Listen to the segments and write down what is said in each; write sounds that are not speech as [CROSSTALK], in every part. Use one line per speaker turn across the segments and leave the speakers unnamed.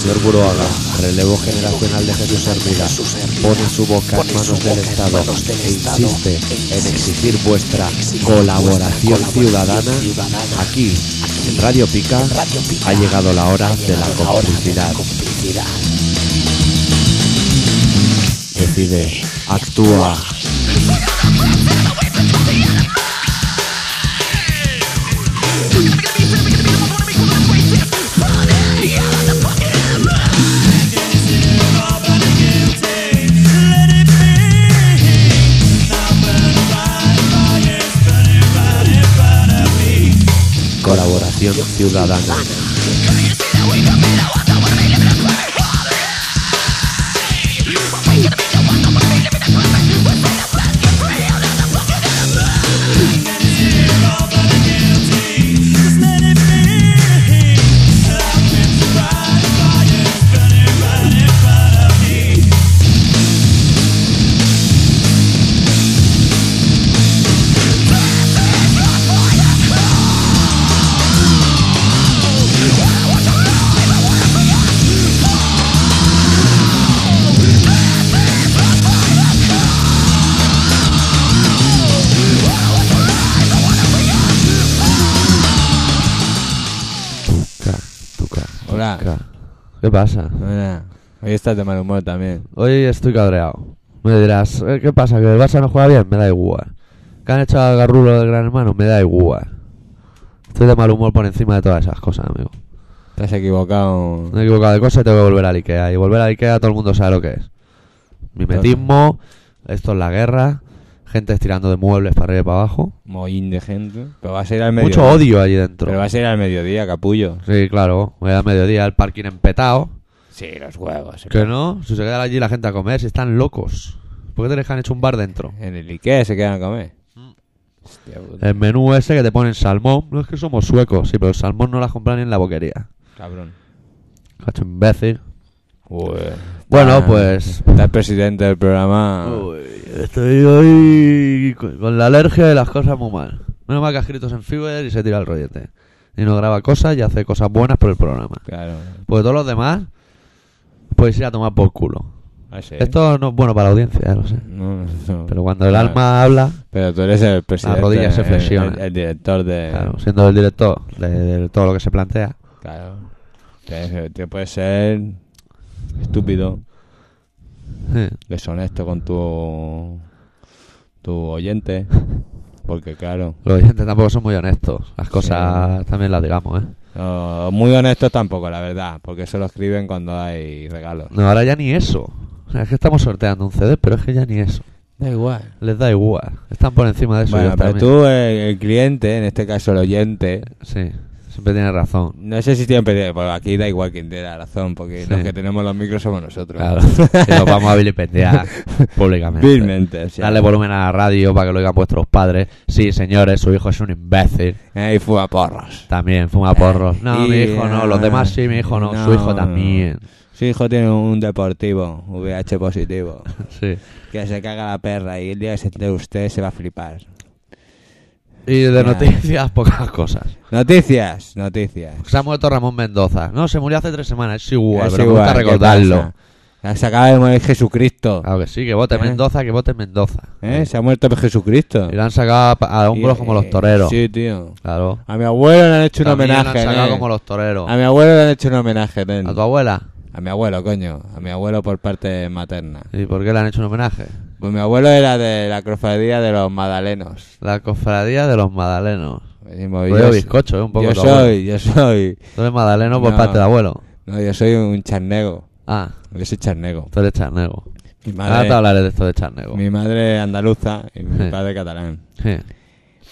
Señor Buruaga, relevo generacional de Jesús Hermida, pone su boca en manos del Estado e insiste en exigir vuestra colaboración ciudadana. Aquí, en Radio Pica, ha llegado la hora de la complicidad. Decide, actúa. Colaboración ciudadana.
Tuca, tuca,
Hola.
tuca. ¿Qué pasa?
Mira, hoy estás de mal humor también.
Hoy estoy cabreado. Me dirás, "Eh, ¿qué pasa? ¿Que el Barça no juega bien? Me da igual. ¿Que han hecho al garrulo del gran hermano? Me da igual. Estoy de mal humor por encima de todas esas cosas, amigo.
Te has equivocado.
Me he equivocado de cosa y tengo que volver al Ikea. Y volver al Ikea todo el mundo sabe lo que es. Mimetismo, esto es la guerra, gente estirando de muebles para arriba y para abajo.
Moín de gente. Pero vas a ir al mediodía.
Mucho odio allí dentro.
Pero vas a ir al mediodía, capullo.
Sí, claro. Voy al mediodía al parking empetado.
Sí, los huevos.
Que no, si se queda allí la gente a comer, si están locos. ¿Por qué te dejan hecho un bar dentro?
En el Ikea se quedan a comer. Hostia puta.
El menú ese que te ponen salmón, no es que somos suecos, sí, pero el salmón no la compran ni en la boquería.
Cabrón.
Cacho imbécil.
Uy,
Bueno,
está-
pues-
Está el presidente del programa.
estoy hoy con, con la alergia de las cosas muy mal. Menos mal que ha escrito en Fiverr y se tira el rollete. Y no graba cosas y hace cosas buenas por el programa.
Claro.
Porque todos los demás, podéis ir a tomar por culo.
Ah, sí.
Esto no es bueno para la audiencia, ya lo sé.
No, no.
Pero cuando el
Claro.
alma habla,
Pero tú eres el presidente.
rodillas se
el-
flexionan.
El, el director de.
claro, siendo el director de, de todo lo que se plantea,
Claro. Te, te puedes ser estúpido,
eh,
deshonesto con tu, tu oyente. Porque, claro,
los oyentes tampoco son muy honestos. Las cosas también las digamos, ¿eh?
no, muy honesto tampoco, la verdad. Porque solo escriben cuando hay regalos.
No, ahora ya ni eso. O sea, es que estamos sorteando un CD, pero es que ya ni eso.
Da igual.
Les da igual. Están por encima de eso.
Bueno,
yo
pero
también.
tú, el, el cliente, en este caso el oyente,
Sí, siempre tienes razón.
no sé si siempre tiene. Pues aquí da igual quién tiene la razón, porque
Sí.
los que tenemos los micros somos nosotros.
[LAUGHS] Claro. Y
[LAUGHS]
los vamos a vilipendiar públicamente.
Vilmente, o sea.
Darle volumen a la radio para que lo oigan vuestros padres. Sí, señores, su hijo es un imbécil.
Eh, y fuma porros.
También fuma porros. No,
Y,
mi hijo no. Los demás sí, mi hijo no.
no.
Su hijo también.
Su hijo tiene un deportivo, VH positivo.
Sí.
Que se caga la perra y el día que se entere usted se va a flipar.
Y de
Ya.
noticias, [LAUGHS] pocas cosas.
Noticias, noticias.
Se ha muerto Ramón Mendoza. No, se murió hace tres semanas. Es igual,
Es
pero me
igual,
gusta
¿qué
recordarlo. Ah.
pasa? Se acaba de morir Jesucristo.
Claro que sí, que vote
¿Eh?
Mendoza, que vote Mendoza.
¿Eh? Se ha muerto Jesucristo.
Y la han sacado a, pa- a
Y-
hombros
eh,
como los toreros.
Sí, tío.
Claro.
A mi abuelo le han hecho
También
un
la
homenaje. ¿eh?
han sacado
nen.
como los toreros.
A mi abuelo le han hecho un homenaje. nen.
¿A tu abuela?
A mi abuelo, coño. A mi abuelo por parte materna.
¿Y por qué le han hecho un homenaje?
Pues mi abuelo era de la cofradía de los magdalenos.
La cofradía de los madalenos.
Decimos,
Yo,
Pues yo-
bizcocho, ¿eh? un poco
yo
tu abuelo.
soy, yo soy.
Tú eres madaleno por
No.
pues parte de abuelo.
No, yo soy un charnego.
Ah,
Yo soy charnego.
tú eres charnego.
Mi
Ahora
madre,
Ah, te hablaré de esto de charnego.
mi madre andaluza y mi
Sí.
padre catalán.
Sí.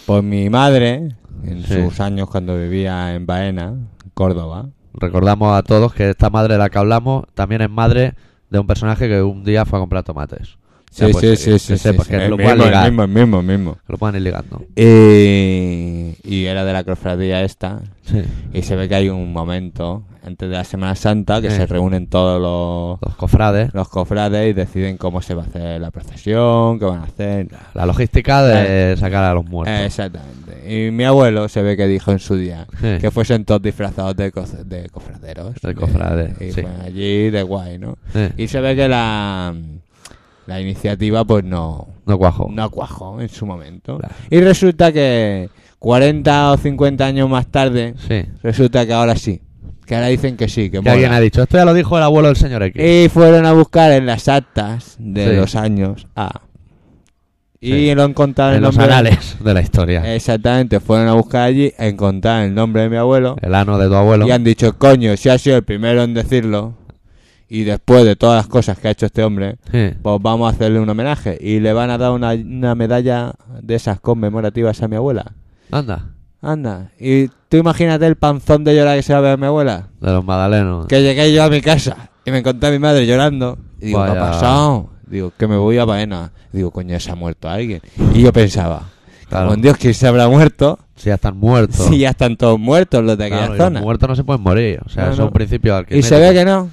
Pues mi madre, en
Sí.
sus años cuando vivía en Baena, Córdoba,
Recordamos a todos que esta madre de la que hablamos también es madre de un personaje que un día fue a comprar tomates.
Sí,
pues,
Ah, sí,
eh,
sí,
que
sí,
sepas
sí,
que
sí.
lo
El
puedan
mismo,
ligar.
el mismo, el mismo, el mismo.
Que lo puedan ir ligando.
Eh, y era de la cofradía esta.
Sí.
Y se ve que hay un momento antes de la Semana Santa que
Eh.
se reúnen todos los,
Los cofrades.
los cofrades y deciden cómo se va a hacer la procesión, qué van a hacer.
La logística de sacar a los muertos.
Eh, Exactamente. Y mi abuelo se ve que dijo en su día
Eh.
que fuesen todos disfrazados de, co- de cofraderos.
De cofrades,
Y
sí.
fueron allí de guay, ¿no?
Eh,
Y se ve que la, la iniciativa pues no,
no cuajo.
no cuajó en su momento.
Claro.
Y resulta que 40 o 50 años más tarde,
Sí.
resulta que ahora sí. Que ahora dicen que sí, que
Que alguien
mola. Eh,
ha dicho, esto ya lo dijo el abuelo del señor X.
Y fueron a buscar en las actas de
Sí.
los años A. Y
Sí.
lo encontraron
en
el
los
nombre- Eh,
anales de la historia.
Exactamente, fueron a buscar allí, encontraron el nombre de mi abuelo
El ano de tu abuelo.
y han dicho, coño, si ha sido el primero en decirlo y después de todas las cosas que ha hecho este hombre,
Sí.
pues vamos a hacerle un homenaje y le van a dar una, una medalla de esas conmemorativas a mi abuela.
Anda,
Anda, y tú imagínate el panzón de llorar que se va a ver a mi abuela.
de los magdalenos.
Que llegué yo a mi casa y me encontré a mi madre llorando. Y digo, ¿qué
Vaya.
ha pasado? Digo, que me voy a Baena. Digo, coño, se ha muerto alguien. Y yo pensaba,
Claro.
con Dios, que se habrá muerto?
Si ya están muertos.
Si ya están todos muertos los de aquella
Claro, y
zona.
Los muertos no se pueden morir. O sea,
No,
es
no.
un principio
Y
arquitectónico.
se ve que no.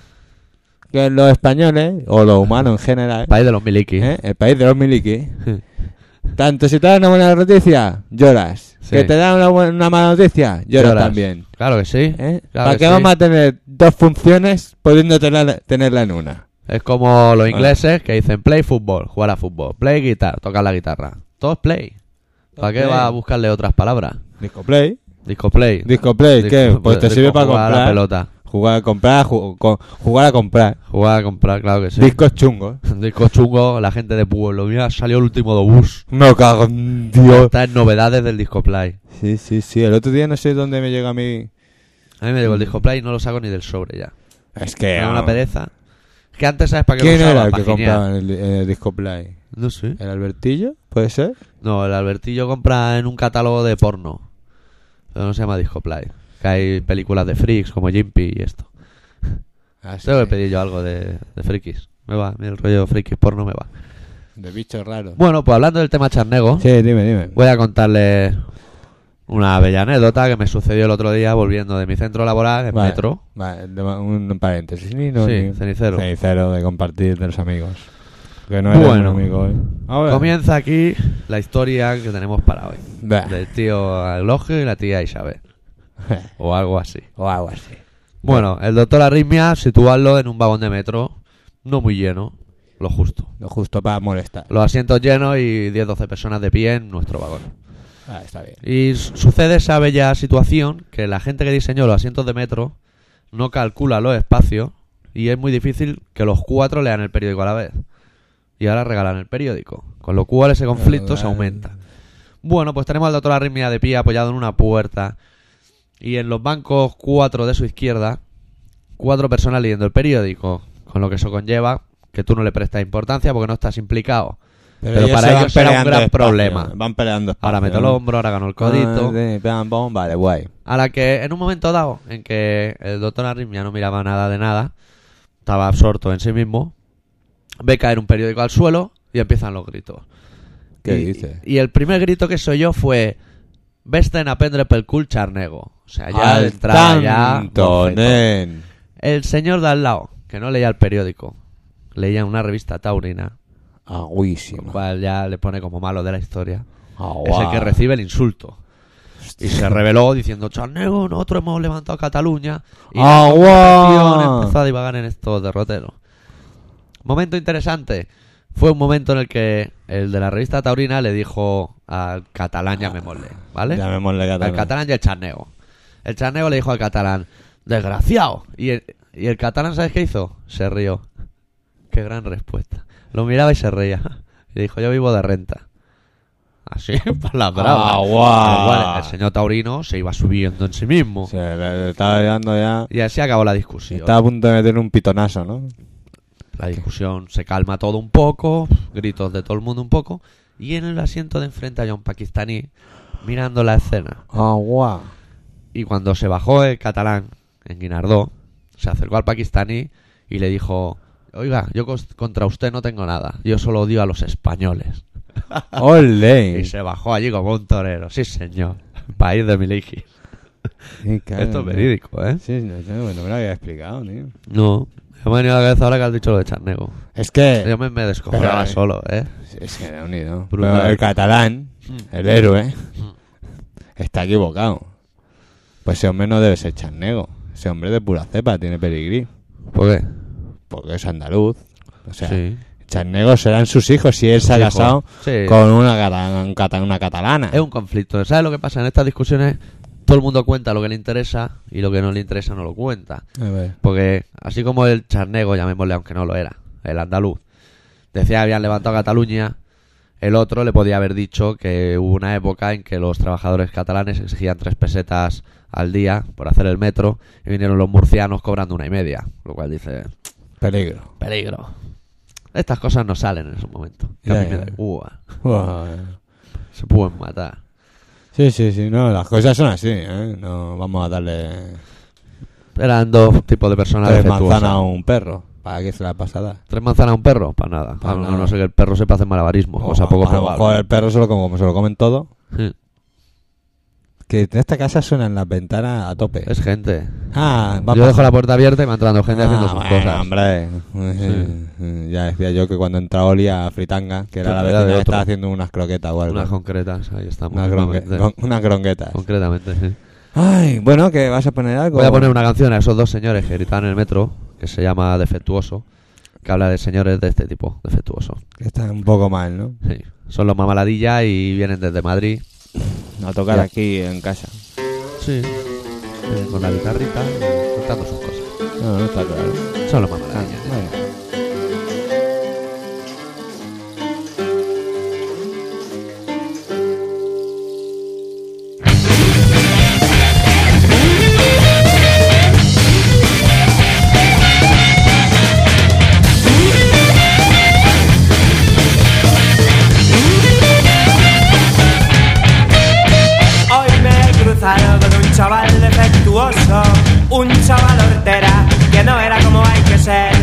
Que los españoles, o los humanos en general,
País de los miliquis.
¿eh? el país de los
[LAUGHS]
miliquis, tanto si te dan una buena noticia, lloras.
Sí.
Que te dan una, buena- una mala noticia, lloras,
Lloras.
también.
Claro que sí.
¿eh?
Claro
¿Para
que
qué
sí.
vamos a tener dos funciones pudiendo tener- tenerla en una?
Es como
Ah.
los ingleses que dicen play fútbol, jugar a fútbol, play guitar, tocar la guitarra. Todo es play. ¿Para qué
play.
va a buscarle otras palabras?
Disco Play.
Disco play.
Disco Play,
Disco-
¿qué? Pues te
disco-
sirve para
jugar a la
comprar.
pelota.
Jugar a comprar, ju- co- jugar a comprar.
Jugar a comprar, claro que sí.
Discos chungos.
[LAUGHS] Disco chungo, la gente de pueblo. Mira, salió el último de bus.
Me cago en Dios.
Estas novedades del disco play.
Sí, sí, sí. El otro día no sé dónde me llega mi.
A mí me llegó el disco play y no lo saco ni del sobre ya.
Es que.
Me da
vamos.
una pereza. Que antes sabes para qué
¿Quién
lo usaba,
era el que
pa' ginear.
compraba el, eh, el disco Play?
No sé.
¿El Albertillo? ¿Puede ser?
No, el Albertillo compra en un catálogo de porno. Pero no se llama Discoplay. Que hay películas de freaks como Jimpy y esto.
Ah, sí,
Tengo que
sí.
pedir yo algo de, de frikis. Me va, a mí el rollo frikis porno me va.
De bichos raros.
Bueno, pues hablando del tema charnego,
Sí, dime, dime.
voy a contarles una bella anécdota que me sucedió el otro día volviendo de mi centro laboral en
Vale,
metro.
vale, de- un paréntesis. Ni, no,
Sí,
ni-
cenicero.
Cenicero de compartir de los amigos. Que no era
Bueno.
un amigo, ¿eh? Ah, bueno.
Comienza aquí la historia que tenemos para hoy.
Bah.
Del tío Alogio y la tía Isabel. O algo así.
[LAUGHS] o algo así.
Bueno, el doctor Arritmia, situarlo en un vagón de metro, no muy lleno, lo justo.
Lo justo para molestar.
Los asientos llenos y 10-12 personas de pie en nuestro vagón.
Ah, está bien.
Y su- sucede esa bella situación que la gente que diseñó los asientos de metro no calcula los espacios y es muy difícil que los cuatro lean el periódico a la vez. Y ahora regalan el periódico, con lo cual ese conflicto se
Regalan.
aumenta. Bueno, pues tenemos al doctor Arritmia de pie apoyado en una puerta y en los bancos cuatro de su izquierda, cuatro personas leyendo el periódico, con lo que eso conlleva que tú no le prestas importancia porque no estás implicado. Pero para
se van
ellos será un
peleando
gran
espacio,
problema.
Van peleando espacio,
Ahora meto el
¿no?
hombro, ahora gano el
Ah,
codito.
sí, pam, pam, vale, guay.
A la que en un momento dado, en que el doctor Arritmia no miraba nada de nada, estaba absorto en sí mismo, ve caer un periódico al suelo y empiezan los gritos.
¿Qué
y,
dices?
Y el primer grito que soy yo fue Vesten a Pendre pel cul charnego. O sea, ya
Al
entraba ya.
tanto,
bofetón.
nen.
El señor de al lado, que no leía el periódico, leía una revista taurina, lo
Agüísimo.
cual ya le pone como malo de la historia. Es
Agua.
el que recibe el insulto. Y se rebeló diciendo, charnego, nosotros hemos levantado Cataluña. Y la
Ah,
conversación empezó
Agua.
a divagar en estos derroteros. Momento interesante. Fue un momento en el que el de la revista Taurina le dijo al catalán, llamémosle, ¿vale?
Llamémosle
Al
catalán.
catalán y al charnego. El charnego le dijo al catalán, desgraciado. Y el, y el catalán, ¿sabes qué hizo? Se rió. Qué gran respuesta. Lo miraba y se reía. [LAUGHS] Y dijo, yo vivo de renta. Así, [LAUGHS] palabraba.
Ah, guau.
Pues el señor taurino se iba subiendo en sí mismo.
Se le- le estaba llegando ya.
Y así acabó la discusión.
Estaba a punto de meter un pitonazo, ¿no?
La discusión se calma todo un poco, gritos de todo el mundo un poco. Y en el asiento de enfrente había un pakistaní mirando la escena.
Agua.
Y cuando se bajó el catalán en Guinardó, se acercó al pakistaní y le dijo: Oiga, yo cos- contra usted no tengo nada. Yo solo odio a los españoles. Y [LAUGHS]
¡Ole!
se bajó allí como un torero. Sí, señor. [LAUGHS] País de Miliki.
Qué cara,
Esto es
tío.
verídico, ¿eh?
Sí, no, no, no me lo había explicado, tío.
No. Me ha venido a la cabeza ahora que has dicho lo de Charnego.
Es que,
Yo me, me descojonaba
Pero, eh.
solo, ¿eh?
es que era unido.
Brutal.
Pero el catalán,
Mm.
el héroe, está equivocado. Pues ese hombre no debe ser charnego. Ese hombre es de pura cepa, tiene peligrí.
¿Por qué?
Porque es andaluz. O sea,
sí.
charnego serán sus hijos si él se ha
Hijo.
casado
Sí.
con una, gata- un cata- una catalana.
Es un conflicto. ¿Sabes lo que pasa? En estas discusiones todo el mundo cuenta lo que le interesa y lo que no le interesa no lo cuenta.
A ver.
Porque así como el charnego, llamémosle aunque no lo era, el andaluz, decía que habían levantado a Cataluña, el otro le podía haber dicho que hubo una época en que los trabajadores catalanes exigían tres pesetas al día por hacer el metro y vinieron los murcianos cobrando una y media, lo cual dice,
Peligro.
peligro. Estas cosas no salen en ese momento. Que a
Ya,
mí me
ya.
da igual.
Buah.
Se pueden matar.
Sí, sí, sí, no, las cosas son así, ¿eh? No vamos a darle
Eran dos tipos de personas
tres
defectuosas.
manzanas a un perro para que se la pasada.
¿Tres manzanas a un perro? Para nada.
Pa'
a no- a
nada.
no ser que el perro sepa hacer malabarismos, cosa poco
Pues a lo mejor el
probable.
perro se lo, como, se lo comen todo.
Sí.
Que en esta casa suenan las ventanas a tope.
Es gente.
Ah, va
Yo
a
dejo
pasar.
la puerta abierta y va entrando gente haciendo
Ah,
sus
bueno,
cosas.
hombre. [LAUGHS] ya decía yo que cuando entra Oli a Fritanga, que era
Que
la
era
vecina,
de
que
otro.
estaba haciendo unas croquetas o algo.
Unas concretas, ahí estamos.
Unas gronque-
Concretamente.
gron- unas gronquetas.
Concretamente, sí.
Ay, bueno, que vas a poner algo.
Voy a poner una canción a esos dos señores que gritaban en el metro, que se llama Defectuoso, que habla de señores de este tipo, defectuoso.
Que está un poco mal, ¿no?
Sí. Son los mamaladillas y vienen desde Madrid.
A tocar
Ya.
aquí en casa.
Sí. eh, Con la guitarrita, y contando sus cosas.
Ah, No, no está claro.
Son los
Ah,
mamaladillas.
bueno.
Hoy me he cruzado con un chaval defectuoso, un chaval hortera, que no era como hay que ser.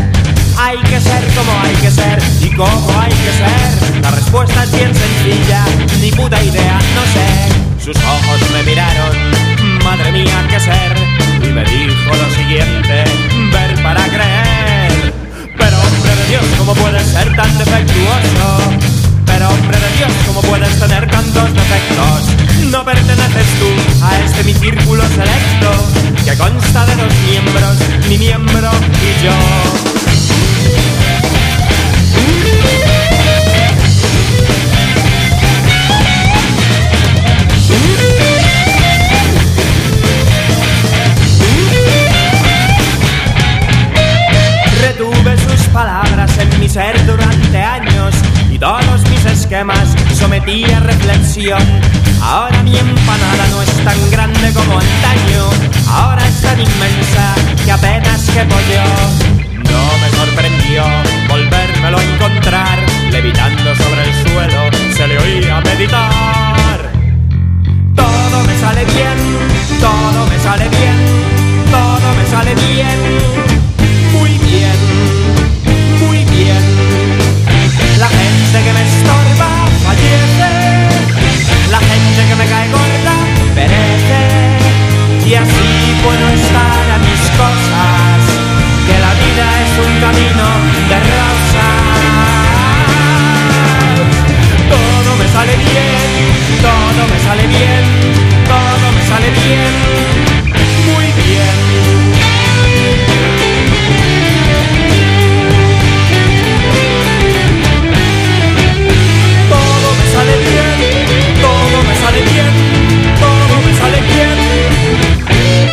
Hay que ser como hay que ser y como hay que ser. La respuesta es bien sencilla, ni puta idea, no sé. Sus ojos me miraron, madre mía, qué ser. Y me dijo lo siguiente, ver para creer. Pero hombre de Dios, ¿cómo puedes ser tan defectuoso? Pero hombre de Dios, ¿cómo puedes tener tantos defectos? No perteneces tú a este mi círculo selecto, que consta de dos miembros, mi miembro y yo. Retuve sus palabras en mi ser durante años y todos mis esquemas sometí a reflexión. Ahora mi empanada no es tan grande como antaño, ahora es tan inmensa que apenas quepo yo. No me sorprendió volvérmelo a encontrar, levitando sobre el suelo se le oía meditar. Todo me sale bien, todo me sale bien, todo me sale bien. Muy bien, muy bien. La gente que me estorba fallece, la gente que me cae gorda perece. Y así puedo estar a mis cosas, que la vida es un camino de rosas. Todo me sale bien, todo me sale bien, todo me sale bien, muy bien. Todo me sale bien, todo me sale bien, todo me sale bien.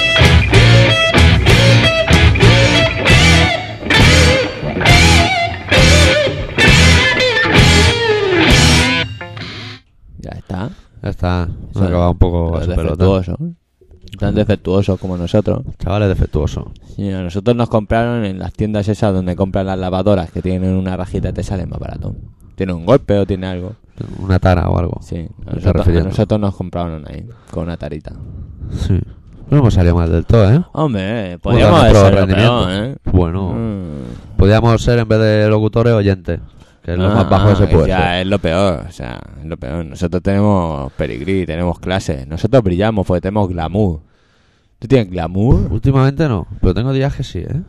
Ya está.
Ya está. Nos ha acabado un poco
Pero
esa pelota.
defectuosos. Tan defectuosos como nosotros.
Chavales defectuosos.
Y a nosotros nos compraron en las tiendas esas donde compran las lavadoras que tienen una rajita y te sale más barato. Tiene un golpe o tiene algo.
Una tara o algo.
Sí, a
¿Te
nosotros,
refieres?
a nosotros nos compraron ahí, con una tarita.
Sí. No hemos salido mal del todo, ¿eh?
Hombre,
Bueno,
podríamos haber
nuestro
salido
rendimiento.
peor, ¿eh?
Bueno,
Mm.
Podíamos ser en vez de locutores oyentes, que es lo
Ah,
más bajo que se puede. ser.
Ya, es lo peor, o sea, es lo peor. Nosotros tenemos perigrí, tenemos clases. Nosotros brillamos porque tenemos glamour. ¿Tú tienes glamour?
Últimamente no, pero tengo días que sí, ¿eh?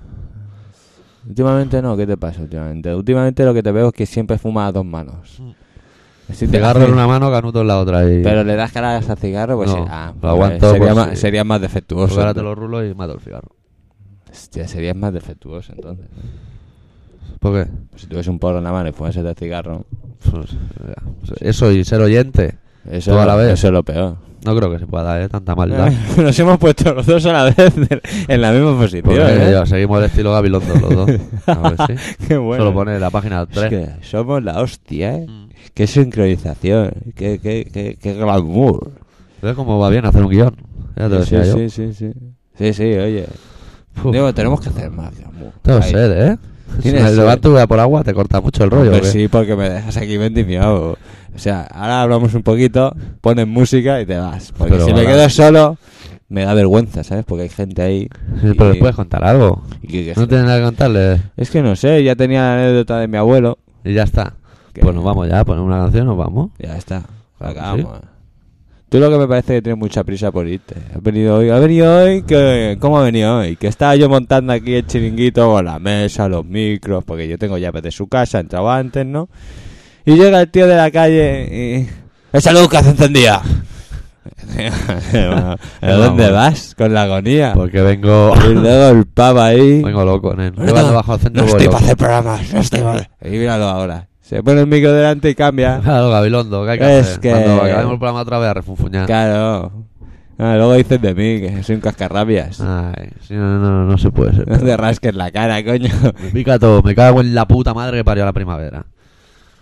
Últimamente no, ¿qué te pasa últimamente? Últimamente lo que te veo es que siempre fumas a dos manos. Así te
Cigarro
hace-
en una mano, canuto en la otra. Y
Pero le das caras a cigarro, pues
No,
sí. Ah,
lo
pues,
aguanto,
sería,
pues,
más,
sí.
sería más
Porque
defectuoso.
ahora te lo rulo y mato el cigarro.
Hostia, serías más defectuoso entonces.
¿Por qué?
Si tuviese un porro en la mano y fuese de cigarro,
Pues, ya. eso y ser oyente.
eso,
Toda la vez.
eso es lo peor.
No creo que se pueda dar ¿eh?
[LAUGHS]
tanta maldad.
Nos hemos puesto los dos a la vez en la misma posición.
Porque
¿eh?
yo, seguimos el estilo Gabilondo los
[LAUGHS]
dos. A ver si.
Qué bueno.
Eso lo pone en la página
Es
3.
que somos la hostia, ¿eh? Qué sincronización, qué, qué, qué, qué glamour.
¿Ves cómo va bien hacer un guión? Ya te lo
sí,
decía yo.
sí, sí, sí. Sí, sí, oye.
Uf,
Digo, tenemos que hacer más glamour.
tengo
Ahí.
sed, ¿eh? Si
Tienes
me
sed.
levanto y voy a por agua, te corta mucho el rollo.
Hombre,
¿o qué?
Pues sí, porque me dejas aquí vendimiado. O sea, ahora hablamos un poquito, pones música y te vas. Porque
Pero
si me
ahora-
quedo solo, me da vergüenza, ¿sabes? Porque hay gente ahí.
Sí,
y-
Pero les puedes contar algo.
y que- que-
No tienes nada que contarle.
Es que no sé, ya tenía la anécdota de mi abuelo.
Y ya está.
que-
Pues nos vamos ya, ponemos una canción, nos vamos.
Ya está.
Claro que
Acabamos. Ah, pues Tú lo que me parece que tienes mucha prisa por irte. Has venido hoy, ha venido hoy, que, ¿cómo ha venido hoy? Que estaba yo montando aquí el chiringuito con la mesa, los micros, porque yo tengo llaves de su casa, entraba antes, ¿no? Y llega el tío de la calle y... ¡Esa luz que has [LAUGHS] encendida! ¿A dónde
Vamos.
vas? Con la agonía. [LAUGHS]
Porque vengo.
Y luego el pava ahí...
[LAUGHS] vengo loco, nen. Me vas debajo del centro.
no
voy
estoy
loco.
para
[LAUGHS]
hacer programas, no estoy para... Y míralo ahora. Se pone el micro delante y [LAUGHS] cambia.
Claro, Gabilondo, que hay que
Es
hacer?
que-
Cuando acabemos el programa otra vez a refunfuñar.
Claro. Ah, luego dices de mí que soy un cascarrabias.
Ay, sí, no, no, no, no se puede
[LAUGHS]
ser.
No te rasques la cara, coño.
Me pica todo, me cago en la puta madre que parió la primavera.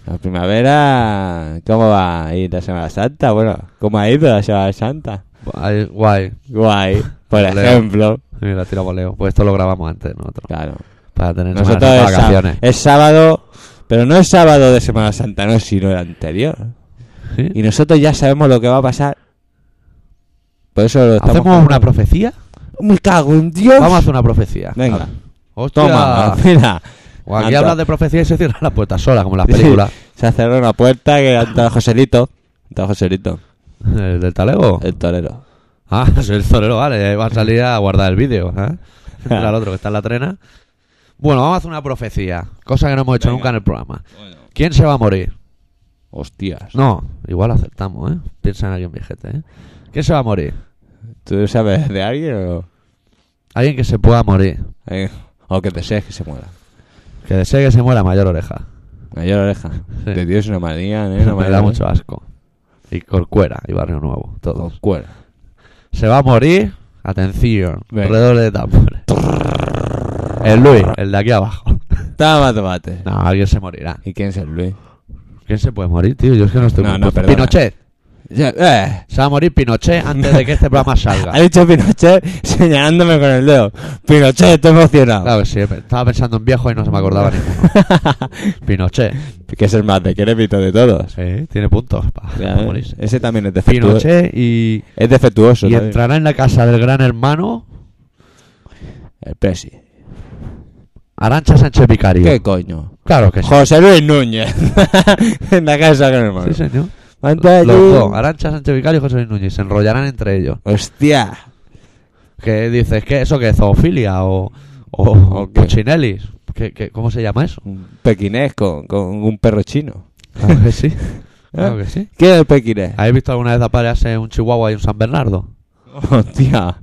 La primavera, ¿cómo va a ir la Semana Santa? Bueno, ¿cómo ha ido la Semana Santa?
Guay, guay.
Guay, por
Leo.
ejemplo.
Mira, tira boleo. Pues esto lo grabamos antes nosotros.
Claro.
Para tener más
Nosotros es, sá-
vacaciones.
es sábado, pero no es sábado de Semana Santa, no, sino el anterior.
¿Sí?
Y nosotros ya sabemos lo que va a pasar. Por eso lo estamos...
¿Hacemos una profecía?
¡Me cago en Dios!
Vamos a hacer una profecía.
Venga,
Hostia.
toma, mira.
O aquí
Anda.
hablas de profecía y se cierran las puertas solas, como en las películas.
[LAUGHS] Se cerró una puerta que entra Joselito. Entra Joselito,
¿El Eh, del talego?
el torero.
Ah, [LAUGHS] soy el zorero, vale. Ahí va a salir a guardar el vídeo.
[LAUGHS]
¿eh? Entra el otro que está en la trena. Bueno, vamos a hacer una profecía. Cosa que no hemos hecho
Venga.
nunca en el programa. ¿Quién se va a morir?
Hostias.
No, igual acertamos, ¿eh? Piensa en alguien viejete, ¿eh? ¿Quién se va a morir?
¿Tú sabes de alguien o,
Alguien que se pueda morir.
eh, o que desees que se muera?
Que desee que se muera mayor oreja.
Mayor oreja.
Sí.
Te tienes una manía, ¿eh? Una
[LAUGHS] Me
manía,
da
¿eh?
mucho asco. Y Corcuera y Barrio Nuevo,
Con
todos.
cuerda.
Se va a morir, atención,
Venga.
alrededor de tambores. El Luis, el de aquí abajo.
Toma tomate.
No, alguien se morirá.
¿Y quién es el Luis?
¿Quién se puede morir, tío? Yo es que no estoy
No,
muy
no,
puesto.
perdona.
Pinochet.
Ya, eh.
Se va a morir Pinochet antes de que este programa salga.
[LAUGHS] Ha dicho Pinochet señalándome con el dedo. Pinochet, estoy emocionado.
Claro que sí, estaba pensando en viejo y no se
[LAUGHS]
me acordaba ninguno. Pinochet.
que es el más decrépito de todos.
Sí, tiene puntos para
Ya, ¿eh?
morirse.
Ese también es defectuoso.
Pinochet y,
Es defectuoso.
y
también.
entrará en la casa del gran hermano
El Presi.
Arancha Sánchez Vicario.
¿Qué coño?
Claro que sí.
José Luis Núñez. [LAUGHS] en la casa con el hermano.
Sí, señor.
Anda allí.
Los dos, Arancha Sánchez Vicario y José Luis Núñez, se enrollarán entre ellos.
Hostia.
Que dices, ¿qué eso que es zoofilia o, o,
¿O qué?
cochinelis? ¿Qué- qué- cómo se llama eso?
Un pequinés con, con un perro chino.
Claro que sí. [LAUGHS] Claro que sí.
¿Quién es el pequinés?
¿Habéis visto alguna vez aparecerse un chihuahua y un San Bernardo?
[LAUGHS] Hostia.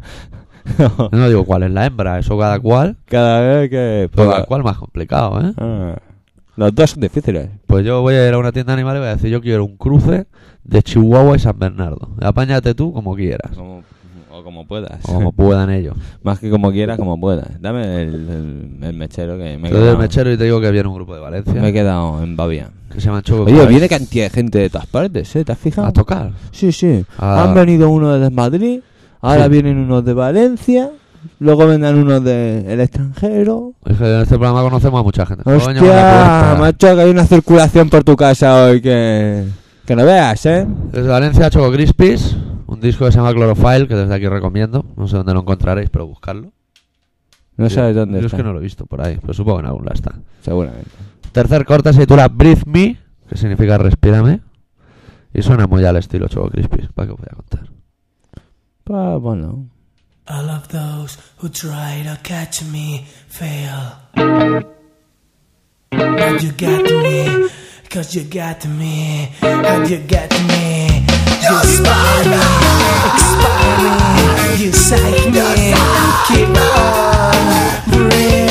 [LAUGHS]
No digo cuál es la hembra, eso cada cual.
Cada vez que.
pero cada cual más complicado, ¿eh?
Ah. Los dos son difíciles.
Pues yo voy a ir a una tienda de animales y voy a decir, yo quiero un cruce de Chihuahua y San Bernardo. Apáñate tú como quieras,
o como puedas. [LAUGHS]
o como puedan ellos.
Más que como quieras, como puedas. Dame el, el- el mechero que me he
Te doy
quedado.
el mechero y te digo que viene un grupo de Valencia
Me he quedado en Babia.
que se llaman Choco
Oye,
Crash
viene cantidad de gente de todas partes, ¿eh? ¿Te has fijado?
a tocar.
Sí, sí.
Ah.
Han venido unos de Madrid, ahora
Sí.
vienen unos de Valencia, luego vendrán unos del extranjero.
Es que en este programa conocemos a mucha gente. Coño, una
Hostia,
puerta.
macho, que hay una circulación por tu casa hoy que, que no veas, ¿eh?
Desde Valencia, Choco Crispies, un disco que se llama Chlorophile, que desde aquí recomiendo. No sé dónde lo encontraréis, pero buscarlo.
No sabes dónde
Yo
está.
es que no lo he visto por ahí, pero supongo que en algún lado está.
Seguramente.
Tercer corte se titula Breathe Me, que significa respírame. Y suena muy al estilo Choco Crispy, ¿para qué os voy a contar?
Pa,
Pues,
bueno.
All of those who try to catch me fail. And you got me, cause you got me, and you got me. You spy me, expire me, you psych me. Keep on breathing.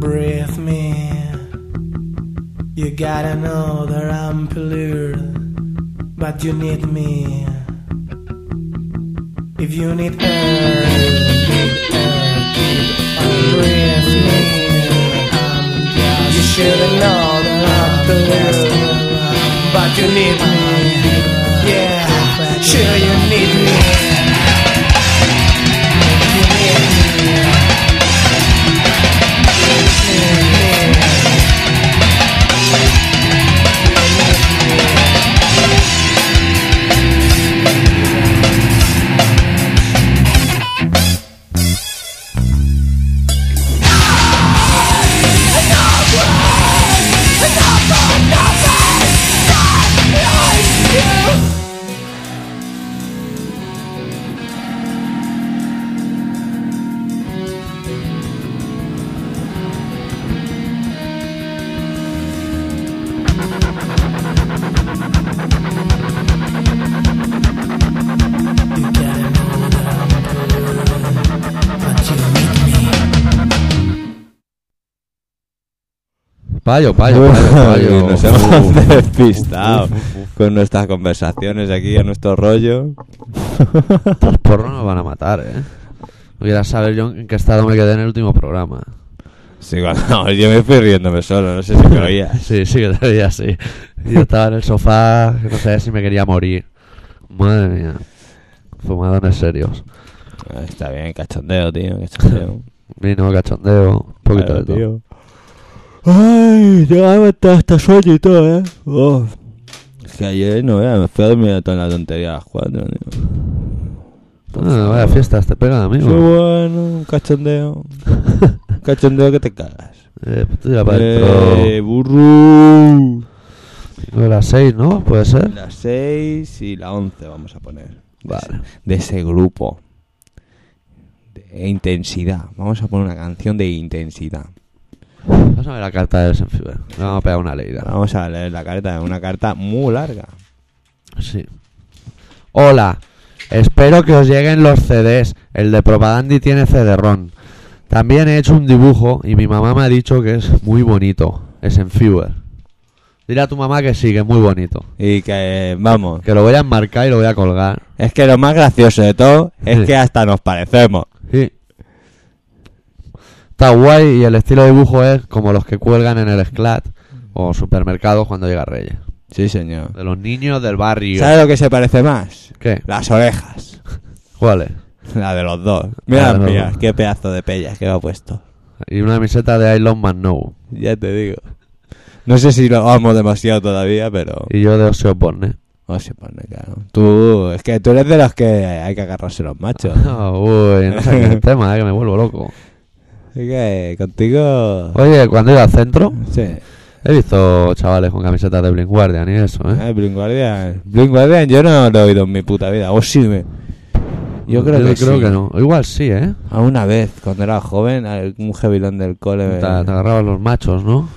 Breathe me. You gotta know that I'm polluted, but you need me. If you need air, need air, keep on breathe me. You shouldn't know that I'm polluted, but you need me. Yeah, sure you need me. You need me. You gotta know that I'm but you need me.
Payo, payo, payo,
Uy, [LAUGHS]
payo.
nos hemos
Uf.
despistado con nuestras conversaciones aquí a nuestro rollo.
Estos porros nos van a matar, ¿eh? Hubiera saber yo en qué estado me quedé en el último programa.
Sí, bueno, [LAUGHS] no, yo me fui riéndome solo, no sé si me [LAUGHS] oías.
Sí, sí, que te veía así. Yo estaba en el sofá, que no sabía si me quería morir. Madre mía. Fumadones serios.
Ah, Está bien, cachondeo, tío, cachondeo.
Vino, cachondeo, un poquito
Claro,
de todo.
tío. Ay, llegaba hasta, hasta sueño y todo, ¿eh? Uf. Es que ayer no era, me fui a dormir a toda la tontería a las cuatro, tío.
Ah, vaya fiestas, te pegan,
Qué
amigo.
bueno, un cachondeo. Un cachondeo que te cagas.
[LAUGHS] Eh, pues tú ya para
Eh,
dentro.
burru.
De las seis, ¿no? Puede ser.
La 6 y la 11 vamos a poner.
Vale.
De ese grupo. De intensidad. Vamos a poner una canción de intensidad.
Vamos a ver la carta de Senfiber. Le vamos a pegar una leída.
Vamos a leer la carta. Una carta muy larga.
Pues Sí. Hola, espero que os lleguen los CDs. El de Propagandi tiene CD-ROM. También he hecho un dibujo y mi mamá me ha dicho que es muy bonito. Es en Fever. Dile a tu mamá que sí, que es muy bonito.
Y que, vamos.
Que lo voy a enmarcar y lo voy a colgar.
Es que lo más gracioso de todo es
Sí.
que hasta nos parecemos.
Sí. Está guay y el estilo de dibujo es como los que cuelgan en el Sclat o supermercados cuando llega Reyes.
Sí, señor.
De los niños del barrio.
¿Sabes lo que se parece más?
¿Qué?
Las orejas.
¿Cuál es?
La de los dos.
La
Mira,
de los
mira,
dos.
qué pedazo de pellas que me ha puesto.
Y una camiseta de I Love Man No.
Ya te digo. No sé si lo amo demasiado todavía, pero...
Y yo de
[LAUGHS]
Oseo Borne.
No se pone, claro. Tú, es que tú eres de los que hay que agarrarse los machos.
Ah, uy, no sé el tema, eh, que me vuelvo loco.
Así que contigo...
Oye, cuando iba al centro,
Sí.
he visto chavales con camisetas de Blink Guardian y eso, ¿eh?
Ah, Blink Guardian. Blink Guardian yo no lo he oído en mi puta vida. O sí me... Yo creo que sí.
no. Igual sí, ¿eh?
A una vez, cuando era joven, un jebilón del cole... me-
Te, te agarraban los machos, ¿no?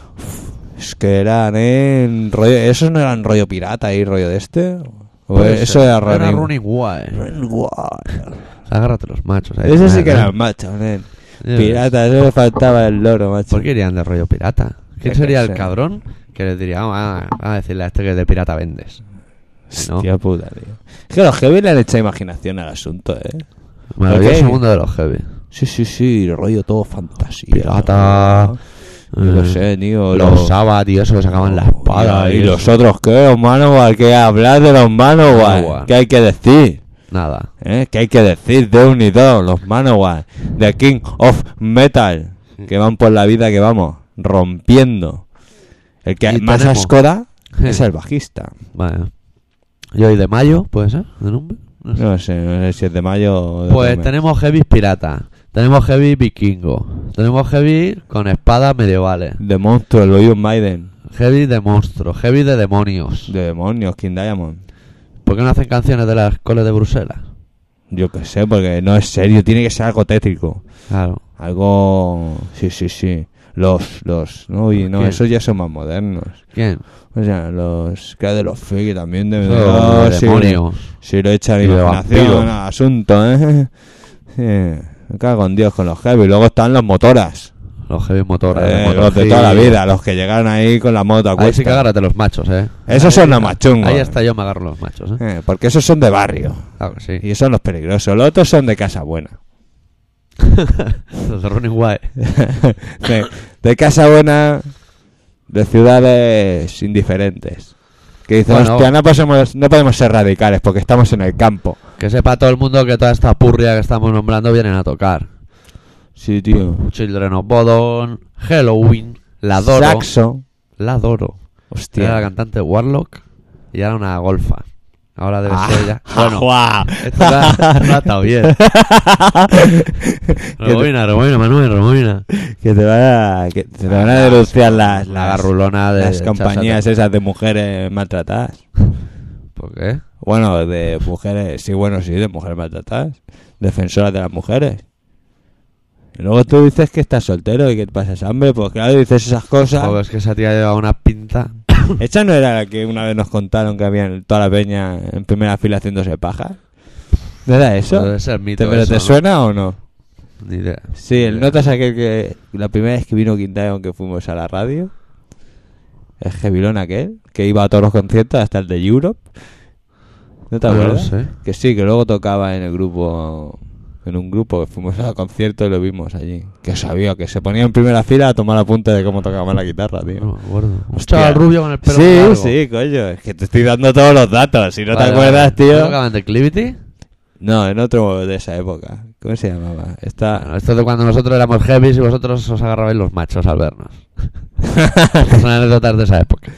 Es que eran, eh... Rollo... ¿Esos no eran rollo pirata y rollo de este? O
Puede
eso
ser.
era rollo...
Era Running Wild.
Running Wild.
Agárrate los machos. ahí
Eso sí
también,
que
¿eh?
eran machos, nen.
Ya
Pirata, eso le faltaba el loro, macho.
¿Por qué irían de rollo pirata? ¿Quién
que
sería el
sé.
cabrón que les diría, vamos a, vamos a decirle a este que de pirata vendes? Si no-
Hostia puta, tío. Es que los heavy le han echado imaginación al asunto, ¿eh?
Maravilloso
Ok.
mundo de los heavy.
Sí, sí, sí, el rollo todo fantasía.
Pirata.
No Yo
eh,
lo sé, tío.
Los sábados, tío, eso que sacaban la espada.
Y,
eso.
los otros, ¿qué? Los Manowar, que hablar de los Manowar.
Manowar.
¿Qué hay que decir? [LAUGHS]
Nada.
¿Eh? ¿Qué hay que decir de un y dos? Los Manowar. The King of Metal. Que van por la vida que vamos, rompiendo. El que
Y
más
tenemos.
asco da
[LAUGHS]
es el bajista.
Vale. Y hoy de mayo, ¿puede ser? ¿De nombre? No sé.
No sé, no sé si es de mayo o de
Pues
otro mes.
tenemos heavy pirata. Tenemos heavy vikingo. Tenemos heavy con espadas medievales.
De monstruos, lo oí en Maiden.
Heavy de monstruos. Heavy de demonios.
De demonios, King Diamond.
¿Por qué no hacen canciones de las coles de Bruselas?
Yo qué sé, porque no es serio, tiene que ser algo tétrico.
Claro.
Algo. Sí, sí, sí. Los, los. No, y no,
¿Quién?
esos ya son más modernos.
¿Quién?
O sea, los. Claro, de los friki también. De,
Los
Eh, sí,
demonios.
Si lo echan
Oh, Y de vampiros.
imaginación al asunto, ¿eh? Sí, eh, Me cago en Dios con los heavy. Luego están los motoras.
Los heavy motoras.
eh,
de
los de toda la
motorci-
vida, los que llegaron ahí con la moto a
Ahí sí que
cuestas.
agárrate los machos, eh.
Esos son los machungos.
Ahí hasta yo me agarro los machos, eh.
Eh, porque esos son de barrio.
Claro que sí. [LAUGHS]
Y son los peligrosos. Los otros son de casa buena.
los de Running Wild.
[LAUGHS] de, de casa buena, de ciudades indiferentes. Que dicen,
Bueno.
hostia, no podemos, no podemos ser radicales porque estamos en el campo.
Que sepa todo el mundo que toda esta purria que estamos nombrando vienen a tocar.
Sí, tío.
Children of Bodom, Halloween, La Doro.
Saxo.
La Doro. Era la
Hostia.
cantante Warlock y era una golfa. Ahora
Ah.
debe ser
[LAUGHS]
ella. Bueno,
¡Guau!
esto la- la ha
[LAUGHS]
estado bien.
que, te,
Rebobina, rebobina, Manuel, rebobina.
que te van a, que te
Ah,
van a denunciar las,
La
las,
garrulona de.
las compañías esas de mujeres maltratadas.
Chachata. ¿Por qué?
Bueno, de mujeres, sí, bueno, sí, de mujeres maltratadas, defensoras de las mujeres. Y luego tú dices que estás soltero y que pasas hambre, pues claro, dices esas cosas. [LAUGHS]
Joder, es que esa tía lleva una pinta.
¿Esta no era la que una vez nos contaron que había en toda la peña en primera fila haciéndose paja? ¿No era eso?
Debe ser mito.
¿Te, ¿Pero
eso,
te
¿no?
suena o no?
Ni idea.
Sí, el
Ni idea.
notas aquel que la primera vez que vino Quintana que fuimos a la radio, el jebilón aquel, que iba a todos los conciertos, hasta el de Europe. ¿No te
No lo
acuerdas?
sé.
Que sí, que luego tocaba en el grupo, en un grupo, que fuimos al concierto y lo vimos allí. Que sabía, que se ponía en primera fila a tomar apuntes de cómo tocaba la guitarra, tío.
No me acuerdo. Un
Hostia.
chaval rubio con el pelo
sí,
largo.
sí, coño, es que te estoy dando todos los datos, si no
Vale,
te acuerdas,
vale. ¿No
tío.
tocaban Declivity?
No, en otro de esa época. ¿Cómo se llamaba? Esta...
Bueno, esto es de cuando nosotros éramos heavies y vosotros os agarrabais los machos al
[LAUGHS]
vernos. Estas son anécdotas de esa época.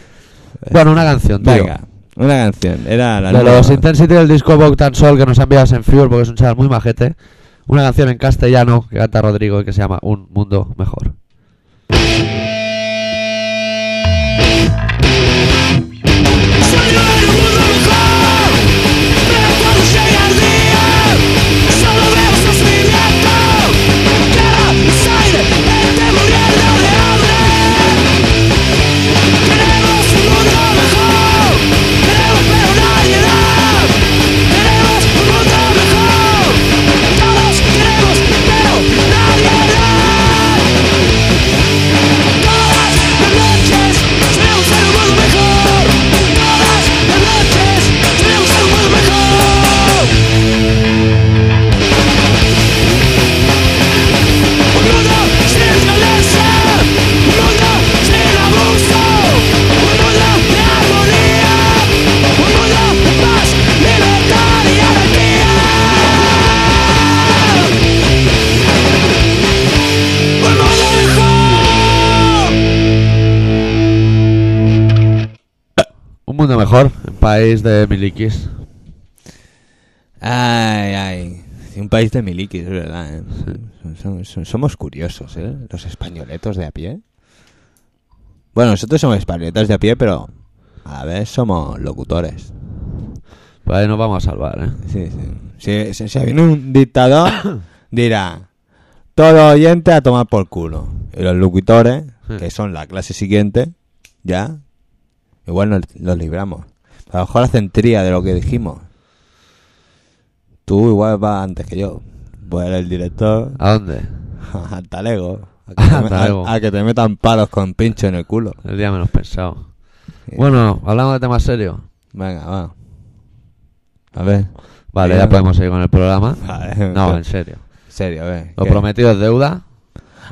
Bueno, una canción, tío.
Eh, Venga, una canción. Era la
de
nueva-
los Intensity del disco Vogue Tan Sol que nos ha enviado en Fuel porque es un chaval muy majete. Una canción en castellano que canta Rodrigo y que se llama Un Mundo Mejor.
Soy el mundo mejor, pero cuando llega el día Solo veo sufrimiento, cara, sangre, el temorial no le abre Queremos un mundo mejor, queremos pero nadie da Queremos un mundo mejor, todos queremos pero nadie da Todos
mundo mejor, en país de miliquis.
Ay, ay. Un país de miliquis, es verdad. ¿eh? Som- som- Somos curiosos, ¿eh? Los españoletos de a pie. Bueno, nosotros somos españoletos de a pie, pero a ver, somos locutores.
Pues ahí nos vamos a salvar, ¿eh?
Sí, sí. Si, si- si viene un
[COUGHS]
dictador, dirá: todo oyente a tomar por culo. Y los locutores,
Sí.
que son la clase siguiente, ya, igual nos, los libramos. A lo mejor hacen tría de lo que dijimos. Tú igual vas antes que yo. Voy a ser el director. [LAUGHS]
¿A dónde?
Al talego. A que, te,
Al talego.
a- a que te metan palos con pincho en el culo.
El día menos pensado. Bueno, hablamos de temas serios.
Venga, va. A ver.
Vale, ya podemos seguir con el programa.
[LAUGHS] Vale.
No, en serio.
Serio, a ver.
Lo
¿qué?
prometido es deuda.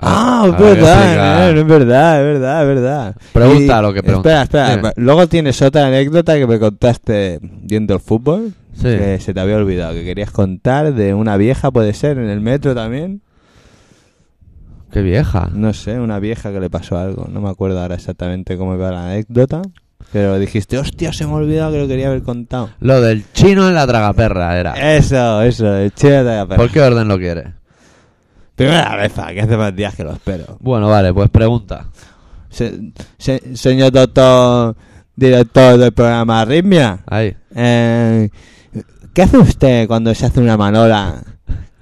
Ah,
Ahora
es
voy a
verdad,
explicar.
eh, es verdad, es verdad, es verdad.
Pregunta lo que pregunta.
Espera, espera.
Dime.
Luego tienes otra anécdota que me contaste viendo el fútbol.
Sí.
Que se te había olvidado, que querías contar de una vieja, puede ser, en el metro también.
Qué vieja.
No sé, una vieja que le pasó algo. No me acuerdo ahora exactamente cómo iba la anécdota. Pero dijiste, hostia, se me ha olvidado que lo quería haber contado.
Lo del chino en la tragaperra
Eh,
era.
Eso, eso, chévere de la perra.
¿Por qué orden lo quieres?
Primera vez, fa, que hace más días que lo espero.
Bueno, vale, pues pregunta.
Se- se- señor doctor, director del programa Arritmia,
Ahí.
eh, ¿qué hace usted cuando se hace una manola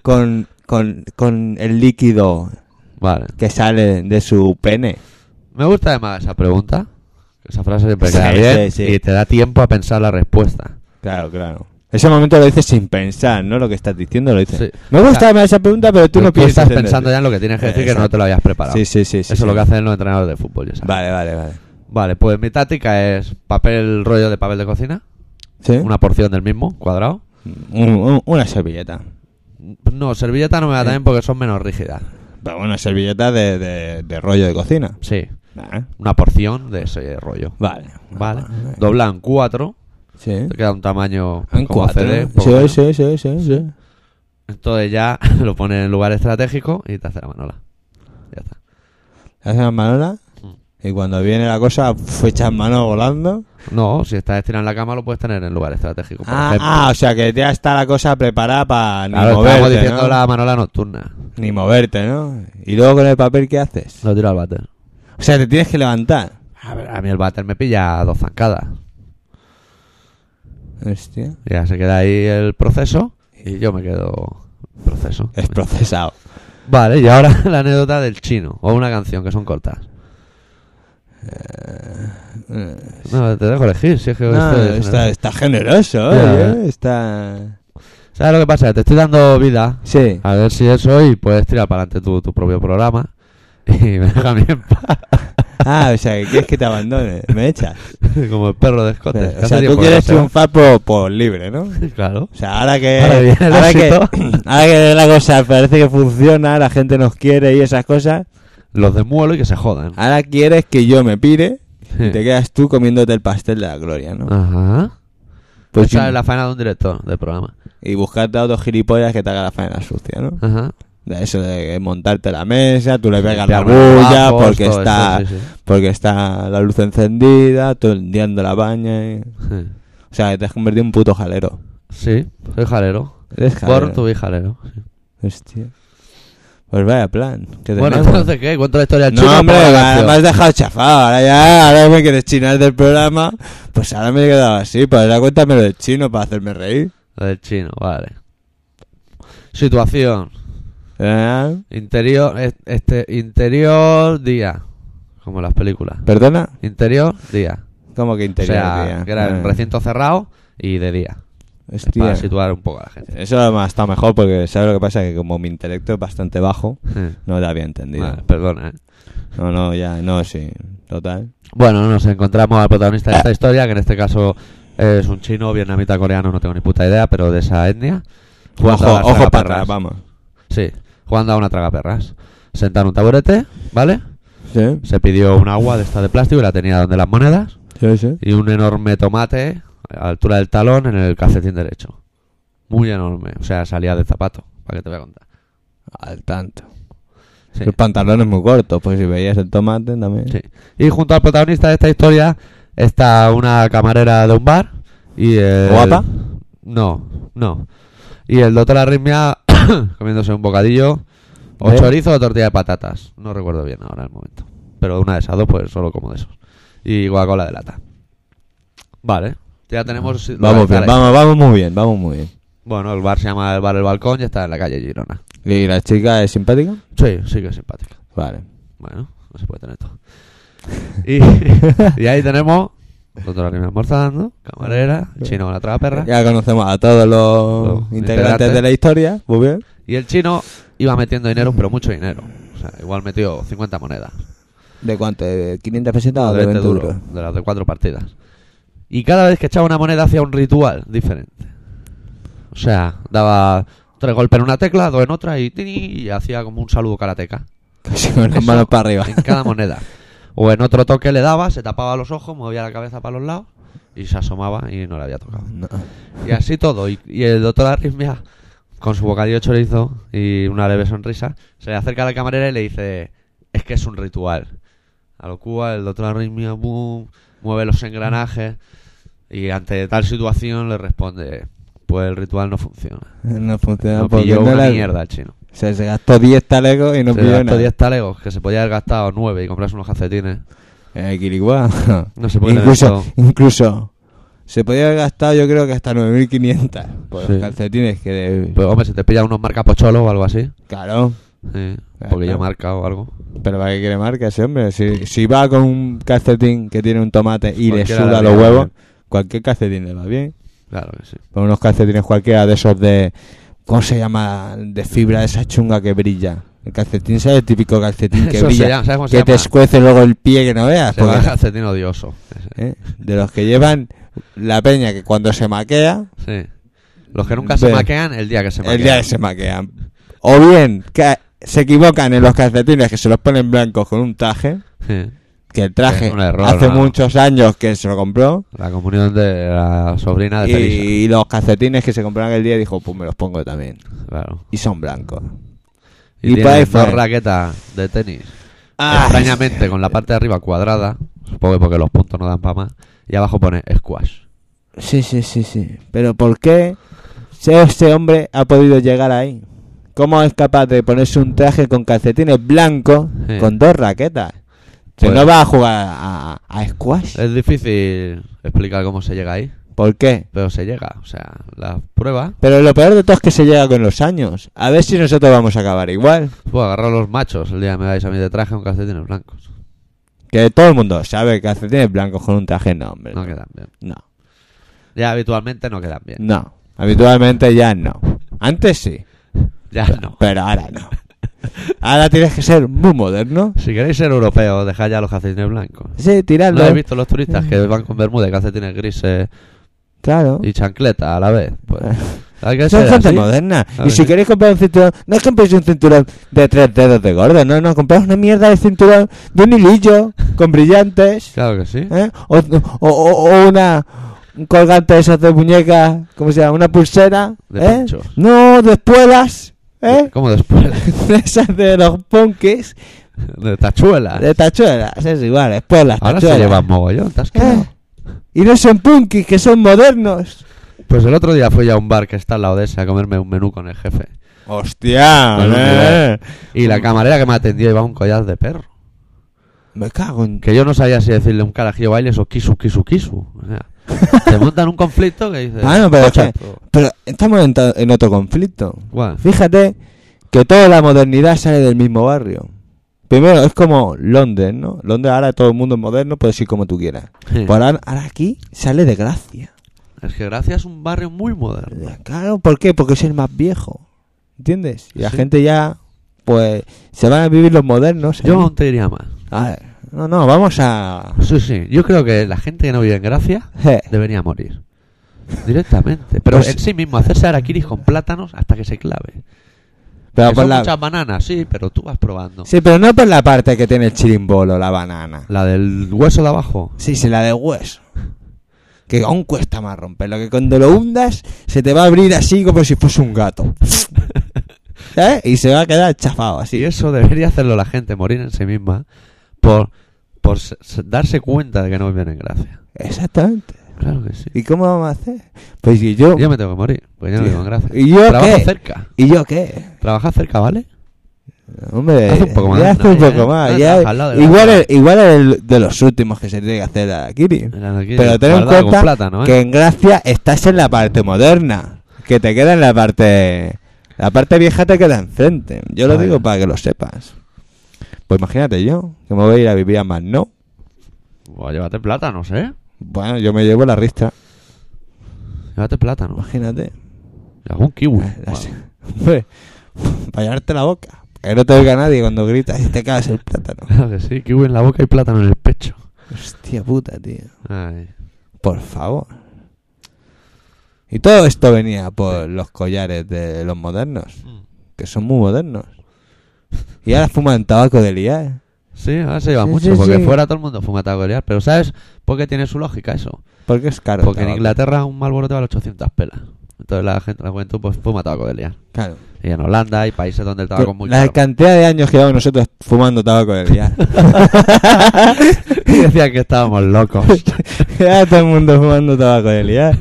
con, con, con el líquido
Vale.
que sale de su pene?
Me gusta además esa pregunta. que Esa frase siempre
Sí,
queda bien
sí, sí.
y te da tiempo a pensar la respuesta.
Claro, claro. Ese momento lo dices sin pensar, ¿no? Lo que estás diciendo lo dices.
Sí.
Me
O sea,
gusta además esa pregunta, pero tú
Pero
no piensas.
estás
en
pensando
decir-
ya en lo que tienes que decir que no
Exacto.
te lo habías preparado.
Sí, sí, sí. sí,
Eso es
sí.
lo que hacen los entrenadores de fútbol, ya sabes.
Vale, vale, vale.
Vale, pues mi táctica es papel, rollo de papel de cocina,
¿Sí?
una porción del mismo, cuadrado.
Un- un- una servilleta.
No, servilleta
¿Eh?
no me da también porque son menos rígidas.
Pero una servilleta de, de- de rollo de cocina.
Sí,
Ah,
una porción de ese rollo.
Vale.
Vale, dobla en cuatro,
Sí. pues
te queda un tamaño
En
como
cuatro. ¿eh?
CD, un poco
Sí,
menos.
sí, sí, sí, sí.
Entonces ya [LAUGHS] lo pones en lugar estratégico y te hace la manola. Ya está.
Haces la manola y cuando viene la cosa, fechas mano volando.
No, si estás estirando la cama lo puedes tener en lugar estratégico. Por
Ah,
ejemplo.
ah, o sea que ya está la cosa preparada para ni
Claro, estábamos
moverte.
diciendo
¿no?
la manola nocturna.
Ni moverte, ¿no? Y luego con el papel, ¿qué haces?
Lo tiro al váter.
O sea, te tienes que levantar.
A, ver, a mí el váter me pilla a dos zancadas.
Hostia.
Ya se queda ahí el proceso y yo me quedo proceso.
Es procesado.
Vale, y ahora [LAUGHS] la anécdota del chino o una canción que son cortas. No, te dejo elegir, si es que
Eh, No,
estoy-
está, está generoso,
Ya,
oye,
eh.
Está.
¿Sabes lo que pasa? Te estoy dando vida.
Sí.
A ver si eso y puedes tirar para adelante tu, tu propio programa. [LAUGHS] Y me deja a mí en paz. [LAUGHS]
Ah, o sea, que quieres que te abandone. Me echas.
Como el perro de
O
escote.
sea,
Hace
tú
tiempo que
quieres
no se
triunfar por, por libre, ¿no?
va. [LAUGHS] Claro.
O sea, ahora que.
Ahora viene el
que,
éxito.
[CLEARS THROAT] ahora que la cosa parece que funciona, la gente nos quiere y esas cosas.
Los demuelo y que se jodan.
Ahora quieres que yo me pire Ah, y
[LAUGHS]
te quedas tú comiéndote el pastel de la gloria, ¿no?
Ajá.
Pues
Ah, Pues
sí.
sabes la faena de un director de programa.
Y buscarte a otros gilipollas que te haga la faena sucia, ¿no?
Ajá.
De eso de montarte la mesa, tú le pegas la
Limpiarme los
bulla
bajos,
porque
todo
está,
eso, sí,
porque está la luz encendida, tú hundiendo la baña. y-
sí.
O sea, que te has convertido en un puto jalero.
Sí, soy jalero.
Eres
Born
jalero.
to be jalero. sí.
Hostia. Pues vaya plan. que
Bueno, [LAUGHS]
tenemos.
entonces, ¿qué? Cuento la historia del chino.
No, hombre,
por la
ahora
canción?
me has dejado chafado. Ahora ya, ahora me quieres chinar del programa. Pues ahora me he quedado así. Pues ahora cuéntame lo del chino para hacerme reír.
La del chino, vale. Situación.
Eh,
Interior, es- este, interior, día. Como las películas.
¿Perdona?
Interior, día.
¿Cómo que
O
interior?
sea,
tía?
que era
Eh,
en recinto cerrado y de día.
hostia.
Para situar un poco a la
[LAUGHS]
gente.
Eso me ha estado mejor porque, ¿sabes lo que pasa? Que como mi intelecto es bastante bajo,
Sí.
no te había entendido.
Vale, perdona, ¿eh?
No, no, ya, no, sí. Total.
Bueno, nos encontramos al protagonista de esta historia, que en este caso es un chino, vietnamita, coreano, no tengo ni puta idea, pero de esa etnia. Jugando a
Ojo,
las
ojo para
tragaperras.
atrás, vamos.
Sí, jugando a una tragaperras. Sentado en un taburete, ¿vale?
Sí,
Se pidió un agua de esta de plástico y la tenía donde las monedas.
sí, sí.
Y un enorme tomate a la altura del talón en el calcetín derecho. Muy enorme, o sea, salía del zapato, para que te voy a contar.
Al tanto.
Sí.
Los pantalones muy cortos, pues si veías el tomate también.
Sí. Y junto al protagonista de esta historia está una camarera de un bar y el...
¿Guapa?
No, no. Y el doctor Arritmia [COUGHS] comiéndose un bocadillo o
¿Eh?
chorizo o tortilla de patatas. No recuerdo bien ahora el momento. Pero una de esas dos, pues solo como de esos. Y Coca-Cola de lata. Vale. Ya
Vamos
tenemos...
bien,
localizadas.
vamos, vamos muy bien, vamos muy bien.
Bueno, el bar se llama el Bar El Balcón y está en la calle Girona.
¿Y la chica es simpática?
Sí, sí que es simpática.
Vale.
Bueno, no se puede tener [LAUGHS] todo. Y, y ahí tenemos doctora Rima almorzando, camarera, el chino con la traga perra.
Ya conocemos a todos los
Ah. Los
integrantes
integrantes.
de la historia. Muy bien.
Y el chino iba metiendo dinero, pero mucho dinero. O sea, igual metió 50 monedas.
¿De cuánto? ¿De 500 pesetas o de
Doblete
20
duro,
euros?
Ah, de las de cuatro partidas. Y cada vez que echaba una moneda hacía un ritual diferente. O sea, daba tres golpes en una tecla, dos en otra y, tini, y hacía como un saludo karateca.
Casi con las
Eso,
manos para arriba.
En cada moneda. O en otro toque le daba, se tapaba los ojos, movía la cabeza para los lados y se asomaba y no le había tocado.
No.
Y así todo. Y, y el doctor Arritmia, con su bocadillo de chorizo y una leve sonrisa, se le acerca a la camarera y le dice: Es que es un ritual. A lo cual el doctor Arritmia boom, mueve los engranajes y ante tal situación le responde: Pues el ritual no funciona.
No funciona
No
porque
pilló
no
una
pues la-
mierda el chino.
O sea, se gastó 10 talegos y no
se
pilló
gastó
nada.
10 talegos, que se podía haber gastado 9 y comprarse unos calcetines.
Eh, Quiriguá.
[LAUGHS] No se puede tener
incluso,
todo.
incluso se podía haber gastado yo creo que hasta 9.500 por los
Sí.
Pues calcetines que... de-
Pues hombre, si te pillan unos marcapocholos o algo así.
Claro.
Sí,
Claro.
porque yo marca o algo.
Pero para qué quiere marca ese hombre. Si, si va con un calcetín que tiene un tomate y le
Cualquiera
suda
le
los
va
huevos, cualquier calcetín le va bien.
Claro que sí.
Con unos calcetines cualquiera de esos de... ¿Cómo se llama? De fibra, esa chunga que brilla. El calcetín, ¿sabes? El típico calcetín que
Eso se
brilla.
llama- ¿sabes cómo se
que te
llama?
escuece luego el pie que no veas.
Se va [LAUGHS]
porque-
el calcetín odioso.
¿eh? De los que llevan la peña que cuando se maquea,
Sí. Los que nunca se
Ve.
maquean, el día que se maquean.
el día que se maquean. O bien que se equivocan en los calcetines que se los ponen blancos con un traje,
Sí.
que el traje
Es un error,
hace
¿no?
muchos años que se lo compró.
La comunión de la sobrina de
Y,
Ah, Felisa.
y los calcetines que se compraron el día dijo, pues me los pongo también.
Claro.
Y son blancos. Y
Y, tiene
para ahí
dos
fue.
raquetas de tenis.
Ah.
Extrañamente, con la parte de arriba cuadrada. Supongo que porque los puntos no dan para más. Y abajo pone squash.
Sí, sí, sí, sí. Pero ¿por qué ese hombre ha podido llegar ahí? ¿Cómo es capaz de ponerse un traje con calcetines blancos
Sí.
con dos raquetas? Si
Pues- Eh.
no va a jugar a, a squash.
Es difícil explicar cómo se llega ahí.
¿Por qué?
Pero se llega. O sea, las pruebas.
Pero lo peor de todo es que se llega con los años. A ver si nosotros vamos a acabar igual.
Puedo agarrar a los machos el día que me dais a mí de traje con calcetines blancos.
Que todo el mundo sabe que calcetines blancos con un traje no, hombre.
No quedan bien.
Eh, No. Mm.
Ya habitualmente no quedan bien.
No. Habitualmente ya no. Antes sí,
Ya no.
pero ahora no. Ahora tienes que ser muy moderno.
Si queréis ser europeos, dejad ya los calcetines blancos.
Sí, tirarlo.
¿No he visto los turistas que van con bermuda y calcetines grises
Claro.
y chancleta a la vez? Pues hay que
Son
ser
gente
así.
moderna.
A
Y
ver.
si queréis comprar un cinturón, no compréis un cinturón de tres dedos de gordo, no, no, compráis una mierda de cinturón de un hilillo con brillantes.
Claro que sí.
¿eh? O, o- o- o una un colgante de esas de muñecas, ¿cómo se llama? Una pulsera.
De
¿eh?
pinchos.
No, de espuelas. ¿eh?
¿Cómo
[LAUGHS]
después?
De esas de los punkis.
De tachuelas.
De tachuelas, es igual, espuelas,
Ah. Ahora se
tachuelas.
llevan mogollón, ¿te has
¿eh?
quedado?
Y no son punkis, que son modernos.
Pues el otro día fui a un bar que está al lado de ese a comerme un menú con el jefe.
Hostia,
Bueno, eh. Y la camarera que me atendió iba a un collar de perro.
Me cago en
Que yo no sabía si decirle un carajillo bailes o kisu, kisu, kisu. O sea,
[LAUGHS]
te montan un conflicto que dices...
Bueno, pero, es que-
"Chato".
pero estamos en, ta- en otro conflicto.
Bueno,
Fíjate que toda la modernidad sale del mismo barrio. Primero, es como Londres, ¿no? Londres ahora todo el mundo es moderno, puedes ir como tú quieras.
Sí.
Pero ahora, ahora aquí sale de gracia.
es que Gracia es un barrio muy moderno.
Claro, ¿por qué? Porque es el más viejo. ¿Entiendes? Y la
Sí.
gente ya, pues, se van a vivir los modernos.
Yo
ahí.
aún te diría más.
A ver, no, no, vamos a... [LAUGHS]
Sí, sí. Yo creo que la gente que no vive en Gracia
Eh,
debería morir. Directamente. Pero
Pues-
en sí mismo, hacerse araquiris con plátanos hasta que se clave.
pero
Que
por
son
pues la-
muchas bananas, sí, pero tú vas probando.
Sí, pero no por la parte que tiene el chirimbolo, la banana.
La del hueso de abajo.
Sí, se la de hueso. Que aún cuesta más romperlo. Que cuando lo hundas, se te va a abrir así como si fuese un
[LAUGHS]
gato. ¿Sabes? Y se va a quedar chafado
Y
así.
eso debería hacerlo la gente, morir en sí misma, por, por se- se- darse cuenta de que no viven en Gracia.
Exactamente.
Claro que sí.
¿Y cómo vamos a hacer? Pues y yo...
Yo me tengo que morir, porque yo no
Tío.
vivo en Gracia.
¿Y yo
Trabajo
qué?
cerca.
¿Y yo qué?
Trabaja cerca, ¿vale?
Hombre,
Hace un poco más,
ya hace
¿no?
un
Ya,
poco más.
ya
ya-
trabaja al lado de la
igual,
otra.
es- igual es el- de los últimos que se tiene que hacer a Kiri.
Era de aquí,
Pero ten en
guardado con
cuenta
plátano, ¿eh?
que en Gracia estás en la parte moderna. Que te queda en la parte. La parte vieja te queda enfrente. Yo lo
Ah,
digo
ya.
para que lo sepas. Pues imagínate yo, que me voy a ir a vivir a más no.
Buah, llévate plátanos, ¿eh?
Bueno, yo me llevo la ristra.
Llévate plátanos.
Imagínate.
Y algún kiwi.
La-
Buah.
Hombre, para llenarte la boca. Que no te oiga nadie cuando gritas y te cagas el plátano.
[LAUGHS] Claro que sí, kiwi en la boca y plátano en el pecho.
Hostia puta, tío.
Ay.
Por favor. Y todo esto venía por los collares de los modernos,
Mm.
que son muy modernos. Y ahora fuman tabaco de liar.
Sí, ahora se lleva
Sí, sí,
mucho, porque
sí.
fuera todo el mundo fuma tabaco de liar. Pero ¿sabes por qué tiene su lógica eso?
Porque es caro. el
Porque en
tabaco.
Inglaterra un Marlboro te vale 800 pelas. Entonces la gente, la juventud, pues fuma tabaco de liar.
Claro.
Y en Holanda hay países donde el tabaco es muy
la
caro.
cantidad de años que llevamos nosotros fumando tabaco de
[LAUGHS]
liar.
y decían que estábamos locos.
[LAUGHS] ya todo el mundo fumando tabaco de liar.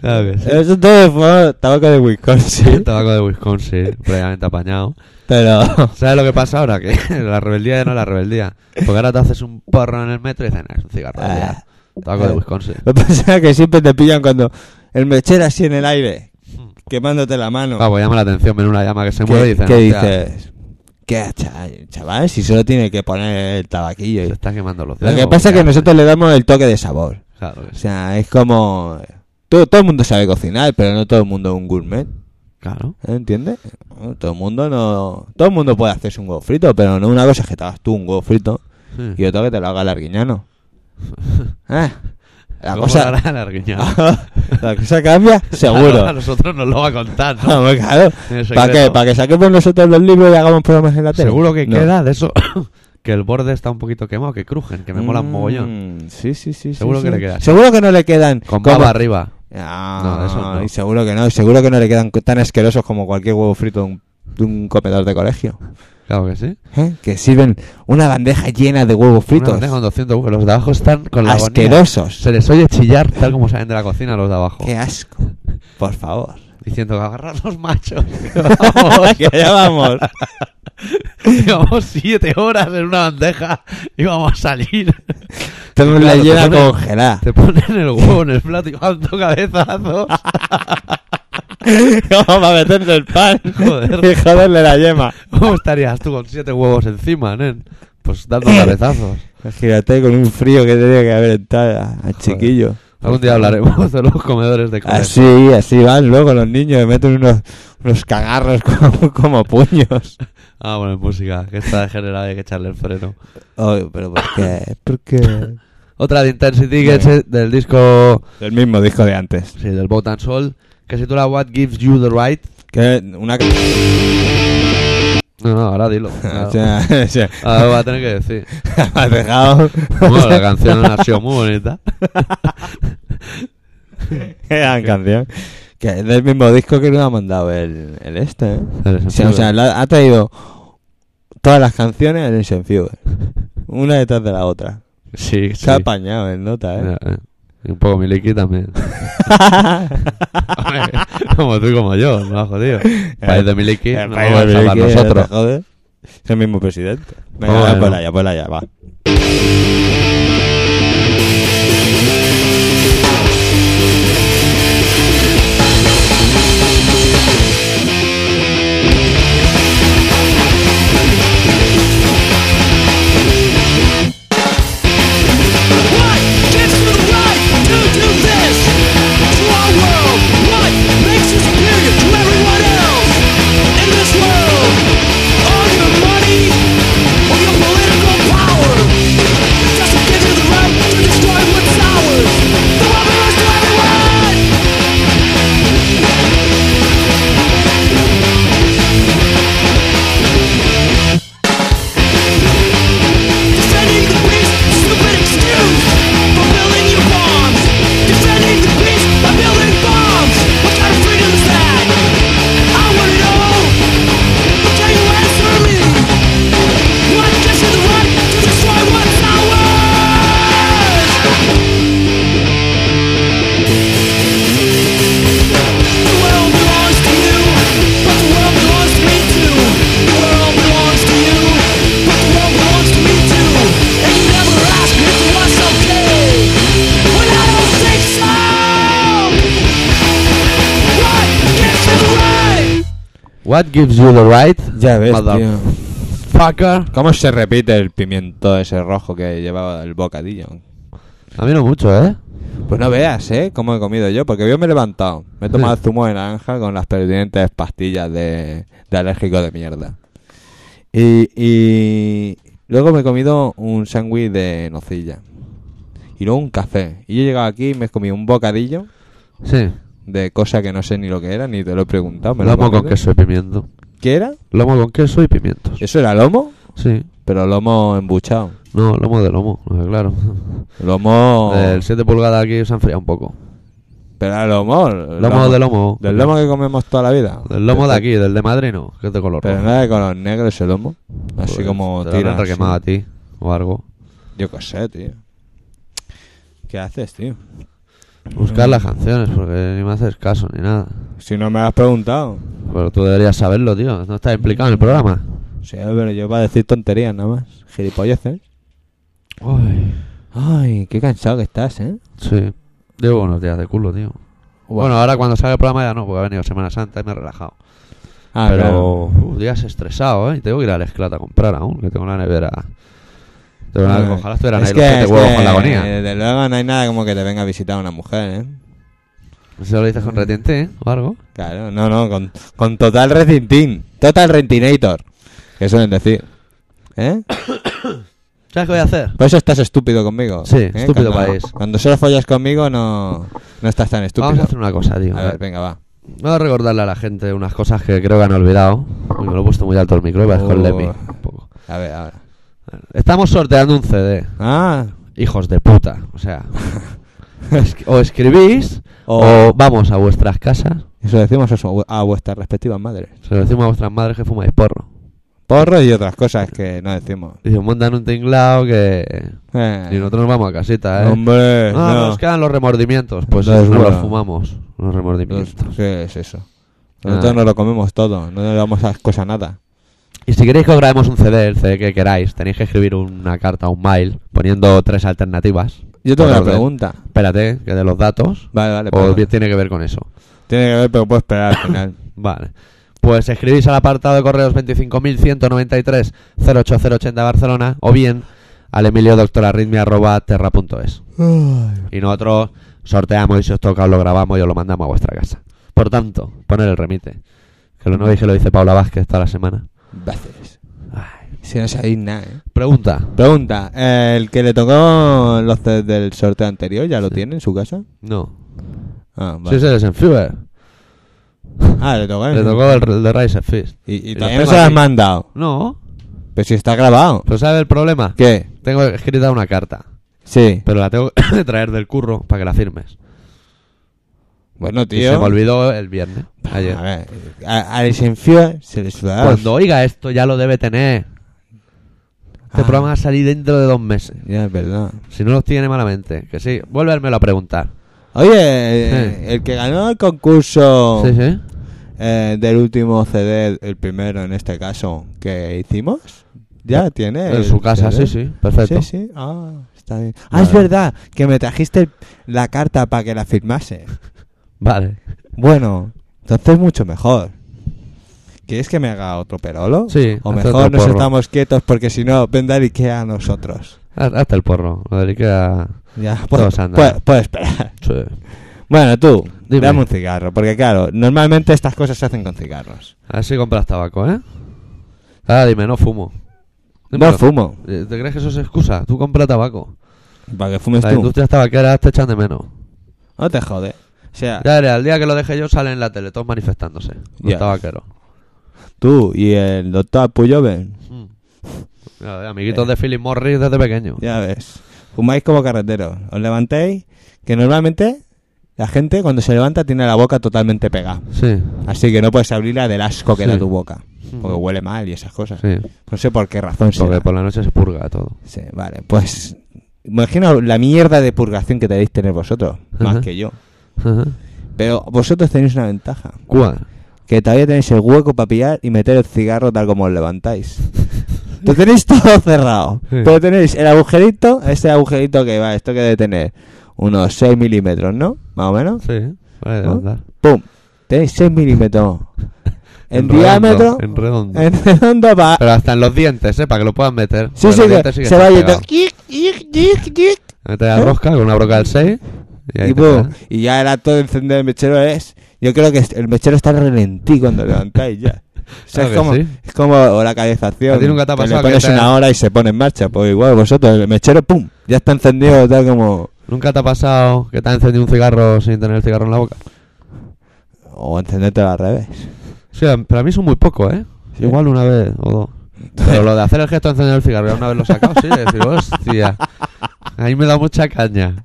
Claro que sí.
Eso todo fumando tabaco de Wisconsin.
Tabaco de Wisconsin, eh, previamente apañado.
Pero.
¿Sabes lo que pasa ahora? Que [LAUGHS] la rebeldía ya no es la rebeldía. Porque ahora te haces un porro en el metro y dices, "Nah, es un cigarro. de
Ah,
liar". Tabaco
eh.
de Wisconsin.
Lo que pasa es que siempre te pillan cuando el mechero así en el aire,
Mm.
quemándote la mano.
Ah, pues llama la atención, ven una llama que se mueve y
¿Qué,
dices,
qué
"Hostia,
dices? ¿Qué, cha- chaval? Si solo tiene que poner el tabaquillo.
Se
y-
está quemando los
Lo
dedos.
que pasa es que nosotros le damos el toque de sabor.
Claro que
O
sí.
sea, es como... Todo, todo el mundo sabe cocinar, pero no todo el mundo es un gourmet.
Claro.
¿eh? ¿Entiendes? No, Todo el mundo no... Todo el mundo puede hacerse un huevo frito, pero no una cosa es que te hagas tú un huevo frito
Sí.
y otra que te lo haga el arguiñano. ¿Eh? La
¿Cómo
[LAUGHS]
lo
cosa...
hará el arguiñano?
la cosa cambia, seguro.
[LAUGHS]
Ah,
Claro, a nosotros nos lo va a contar, ¿no?
Vamos, claro.
En secreto.
¿Para qué? ¿Para que saquemos nosotros los libros y hagamos programas en la tele?
Seguro que
No.
queda de eso. [COUGHS] que el borde está un poquito quemado, que crujen, que me molan mogollón.
Mm, Sí, sí, sí. sí,
Seguro que
sí.
le quedan.
Seguro que no le quedan.
Con
como-
baba arriba.
Ah,
No, eso no.
y seguro que no. y Seguro que no le quedan tan asquerosos como cualquier huevo frito de un, de un comedor de colegio.
Claro que sí.
¿eh? Que sirven una bandeja llena de huevos
Una
fritos.
bandeja con 200 huevos. Los de abajo están con la agonía.
asquerosos.
Se les oye chillar tal como salen de la cocina los de abajo.
Qué asco. Por favor.
Diciendo que agarrar los machos. [LAUGHS] que vamos,
[LAUGHS] que ya [LAUGHS] vamos.
llevamos siete horas en una bandeja y vamos a salir.
Tengo
Claro,
la
te
llena
ponen- [LAUGHS]
congelada.
Te ponen el huevo en el plato y van dando cabezazos.
[LAUGHS] Vamos a meterle el [LAUGHS] pan.
Joder.
Y joderle la yema.
¿Cómo estarías tú con siete huevos encima, nen? Pues dando
Eh.
cabezazos.
Imagínate con un frío que tenía que haber entrado a- al chiquillo.
Algún día hablaremos de los comedores
Ah,
de colegio.
Así, así van luego los niños, me meten unos, unos cagarros [LAUGHS] como, como puños.
Ah, bueno, en música, que está degenerada y hay que echarle el freno.
Ay, pero ¿por qué? ¿Por qué?
Otra de Intensity, que
Venga.
es eh, del disco
El mismo disco de antes.
sí, del Boat and Soul, que se titula What Gives You the Right.
Que una... ca-
No, no, ahora [LAUGHS] dilo.
O sea, [LAUGHS] o sea, [LAUGHS]
Ahora lo voy a tener que decir.
me has dejado...
Bueno,
[LAUGHS]
la canción ha sido muy bonita.
Gran canción. Que es del mismo disco que nos ha mandado el, el este, ¿eh?
[LAUGHS] Eres
O sea, o sea, la- ha traído todas las canciones en Nation Fever. Una detrás de la otra.
Sí, sí.
Se ha apañado en nota, ¿eh?
Mira, eh, Y un poco Miliki [LAUGHS] también.
[LAUGHS]
Hombre, como tú y como yo, no jodido. País de Miliki,
El
no
país
vamos a
de
salvar
Miliki,
nosotros.
no te jodes. Es el mismo presidente. Venga,
Bueno.
va, ponla ya, ponla ya, va.
What gives you the right to do this to our world? What makes you superior to everyone else in this world? All your money or your political power?
What gives you the right?
Ya ves, tío.
Motherfucker.
¿Cómo se repite el pimiento ese rojo que llevaba el bocadillo?
A mí no mucho, ¿eh?
Pues no veas, ¿eh? Cómo he comido yo, porque yo me he levantado. Me he [LAUGHS] tomado zumo de naranja con las pertinentes pastillas de, de alérgico de mierda. Y, y luego me he comido un sándwich de nocilla. Y luego un café. Y yo he llegado aquí y me he comido un bocadillo
Sí.
de cosa que no sé ni lo que era, ni te lo he preguntado. Me lo he
Lomo con
comido.
queso y pimiento.
¿Qué era?
Lomo con queso y pimientos.
¿Eso era lomo?
Sí.
Pero lomo embuchado.
No, lomo de lomo, eh, claro.
Lomo...
El 7 pulgadas aquí se ha enfriado un poco.
Pero era lomo. Lomo,
de lomo.
¿Del lomo que comemos toda la vida?
Del lomo de aquí, del de Madrid no, que es de color.
Este- Pero
rojo.
no era de color negro ese lomo. Así
Pues,
como
te lo
tira.
habrán requemado
así.
a ti o algo.
Yo qué sé, tío. ¿Qué haces, tío?
Buscar las canciones porque ni me haces caso ni nada.
Si no me has preguntado.
Pero tú deberías saberlo, tío. No estás implicado en el programa.
Sí, pero yo para decir tonterías nada más. Gilipolleces. Ay, qué cansado que estás, ¿eh?
Sí. Llevo unos días de culo, tío. Bueno, ahora cuando sale el programa ya no, porque ha venido Semana Santa y me he relajado.
Ah,
Pero uh, días estresado, ¿eh? Y tengo que ir al Esclata a comprar aún, que tengo la nevera. Tengo la-
Ah,
ojalá estuvieran
es
ahí los siete
es
huevos con la
que,
agonía.
Desde luego no hay nada como que te venga a visitar una mujer, ¿eh? Pues
Si lo dices con retiente, ¿eh? O algo.
Claro, no, no, con, con total recintín. Total rentinator. Que suelen decir. ¿Eh?
¿Sabes qué voy a hacer?
Por eso estás estúpido conmigo.
Sí,
¿eh?
estúpido
cuando,
país.
Cuando solo follas conmigo no, no estás tan estúpido.
Vamos a hacer una cosa, tío.
A ver, venga, va.
Voy a recordarle a la gente unas cosas que creo que han olvidado. Uy, me lo he puesto muy alto el micro, parezco el
Oh.
Lemmy, un poco.
A ver, ahora.
Estamos sorteando un CD.
Ah,
Hijos de puta.
[LAUGHS]
O sea, es- o escribís,
O-
o vamos a vuestras casas.
eso decimos a su- a vuestras respectivas madres.
Se lo decimos a vuestras madres que fumáis porro.
Porro y otras cosas que no decimos.
Y os montan un tinglado que.
Eh,
Y nosotros nos vamos a casita, ¿eh?
Hombre,
no,
no.
nos quedan los remordimientos. Pues
No
no,
es
los
bueno.
fumamos, los
Los-
remordimientos.
Pues, ¿Qué es eso? Nosotros
Ah.
no lo comemos todo, no le damos a cosa nada.
Y si queréis que os grabemos un CD, el CD que queráis, tenéis que escribir una carta, un mail, poniendo tres alternativas.
Yo tengo
Por
una
orden.
pregunta.
Espérate, que de los datos.
Vale, vale,
o
perdón.
bien tiene que ver con eso.
Tiene que ver, pero puedo esperar al final. [COUGHS]
Vale. Pues escribís al apartado de correos 25.193-08080 Barcelona o bien al emiliodoctorarritmia.terra.es. Y nosotros sorteamos y si os toca os lo grabamos y os lo mandamos a vuestra casa. Por tanto, poner el remite. Que lo no veis que lo dice Paula Vázquez toda la semana.
Baces.
Ay.
Si no sabéis nada, ¿eh?
Pregunta.
Pregunta, ¿el que le tocó los CDs del sorteo anterior ya lo tiene en su casa?
No.
Ah,
Si ese es en Fever.
Ah, le tocó.
Le eh. tocó el, el de Rise of Fist.
Y, y
las
también
tengo
se las has
aquí.
mandado.
No.
Pero si está grabado.
Pero ¿sabe el problema?
¿Qué?
Tengo escrita una carta.
Sí.
Pero la tengo que [LAUGHS] traer del curro para que la firmes.
Bueno,
Y se
tío. Pues, Ah,
me olvidó el viernes. Ayer.
A ver, a, a Desenfío se le sudaba.
Cuando oiga esto ya lo debe tener. Este
Ah.
programa va a salir dentro de dos meses.
Ya, es verdad.
Si no los tiene malamente. Que sí, volvérmelo a preguntar.
Oye, eh,
Sí.
el que ganó el concurso
Sí, sí.
eh, del último CD, el primero en este caso, que hicimos, ya tiene.
Eh, En
el
su casa,
CD.
sí, sí. Perfecto.
Sí, sí. Ah, está bien. Ah, es
Vale.
verdad que me trajiste el- la carta para que la firmase.
Vale.
Bueno, entonces mucho mejor. ¿Quieres que me haga otro perolo?
Sí,
O
hazte
mejor
otro
nos
porro.
estamos quietos porque si no, vendrá el Ikea a nosotros.
Haz- Hazte el porro. Lo de Ikea.
Ya,
Todos
pues,
andan.
pues- pues esperar.
Sí.
Bueno, tú,
Dime.
dame un cigarro, porque claro, normalmente estas cosas se hacen con cigarros.
A ver si compras tabaco, ¿eh? Ahora dime, no fumo.
No
Dímelo.
fumo.
Eh, ¿Te crees que eso es excusa? Tú compras tabaco.
Para que fumes
Las
tú.
industrias tabaqueras te echan de menos.
No te jode. O sea,
Ya verás, al día que lo deje yo salen en la tele todos manifestándose. Los
Ya.
tabaqueros.
tú y el doctor Puyoven,
Mm. Ya, Amiguitos de Philip Morris desde pequeño.
Eh. ya ves, fumáis como carreteros. Os levantéis, que normalmente la gente cuando se levanta tiene la boca totalmente pegada.
Sí,
Así que no puedes abrirla del asco que
Sí.
da tu boca. Porque
Ujú.
huele mal y esas cosas.
sí.
No sé por qué razón será.
Porque por la noche se purga todo.
Sí, vale, pues imagino la mierda de purgación que debéis tener vosotros,
Ajá.
más que yo.
Ajá.
Pero vosotros tenéis una ventaja,
¿Cuál?
que todavía tenéis el hueco para pillar y meter el cigarro tal como os
[LAUGHS]
levantáis. Lo tenéis todo cerrado,
Sí.
pero tenéis el agujerito, ese agujerito que va, esto que debe tener unos 6 milímetros, ¿no? Más o menos.
Sí, vale, de
¿No?
andar. [LAUGHS]
¡Pum! Tenéis 6 milímetros en,
redondo,
diámetro,
En redondo.
en redondo va.
Pero hasta en los dientes, ¿eh? Para que lo puedan meter.
Sí,
Porque
sí,
los
que
dientes sí que
se va
están
yendo.
pegados.
Yic, yic, yic, yic.
Meter la
¿Eh?
rosca con una broca del 6. Y ahí
Y,
te
boom.
queda.
y ya el acto de encender el mechero es. Yo creo que es- el mechero está al ralentí cuando levantáis ya. O sea,
Claro
es,
que
como,
sí.
es como o la calización.
A ti nunca te ha
que
pasado
le pones
que te-
una hora y se pone en marcha. Pues igual vosotros, el mechero, ¡pum! Ya está encendido tal como.
¿Nunca te ha pasado que te ha encendido un cigarro sin tener el cigarro en la boca?
O encenderte al revés.
Sí, para mí son muy pocos, ¿eh?
Sí.
Igual una vez o dos. Pero lo de hacer el gesto de encender el cigarro y una vez lo sacado, sí, de decir, hostia, ahí me da mucha caña.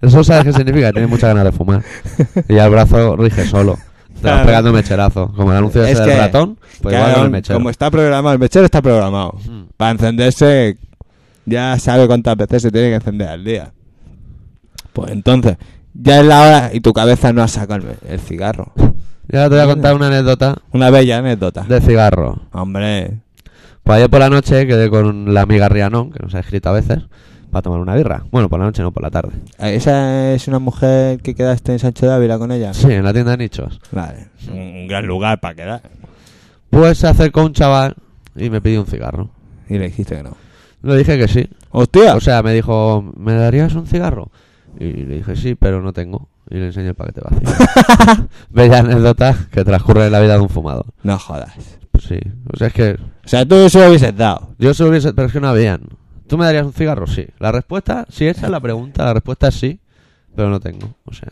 Eso sabes qué significa, que tienes muchas ganas de fumar. Y ya el brazo rige solo. Te vas
Claro.
pegando mecherazo. Como el anuncio
Es
ese
que-
del ratón, pues igual
Claro,
con el mechero.
Como está programado, el mechero está programado.
Mm.
Para encenderse, ya sabe cuántas veces se tiene que encender al día. Pues entonces, ya es la hora y tu cabeza no ha sacado el, el cigarro.
Ya te voy a contar una anécdota
Una bella anécdota.
de cigarro.
Hombre,
Pues ayer por la noche quedé con la amiga Rianón, que nos ha escrito a veces, para tomar una birra. Bueno, por la noche, no por la tarde.
esa es una mujer que quedaste en Sancho de Ávila con ella.
Sí, en la tienda de nichos.
Vale, un, un gran lugar para quedar.
Pues se acercó un chaval y me pidió un cigarro.
Y le dijiste que no.
Le dije que sí.
¡Hostia!
O sea, me dijo, ¿me darías un cigarro? Y le dije, sí, pero no tengo. Y le enseñé el paquete vacío.
[LAUGHS]
Bella anécdota que transcurre en la vida de un fumador.
no jodas.
Pues sí. O sea, es que
O sea, tú se lo hubieses dado.
yo se lo hubiese... Pero es que no habían. ¿Tú me darías un cigarro? Sí. La respuesta, si esa es la pregunta, la respuesta es sí, pero no tengo. O sea,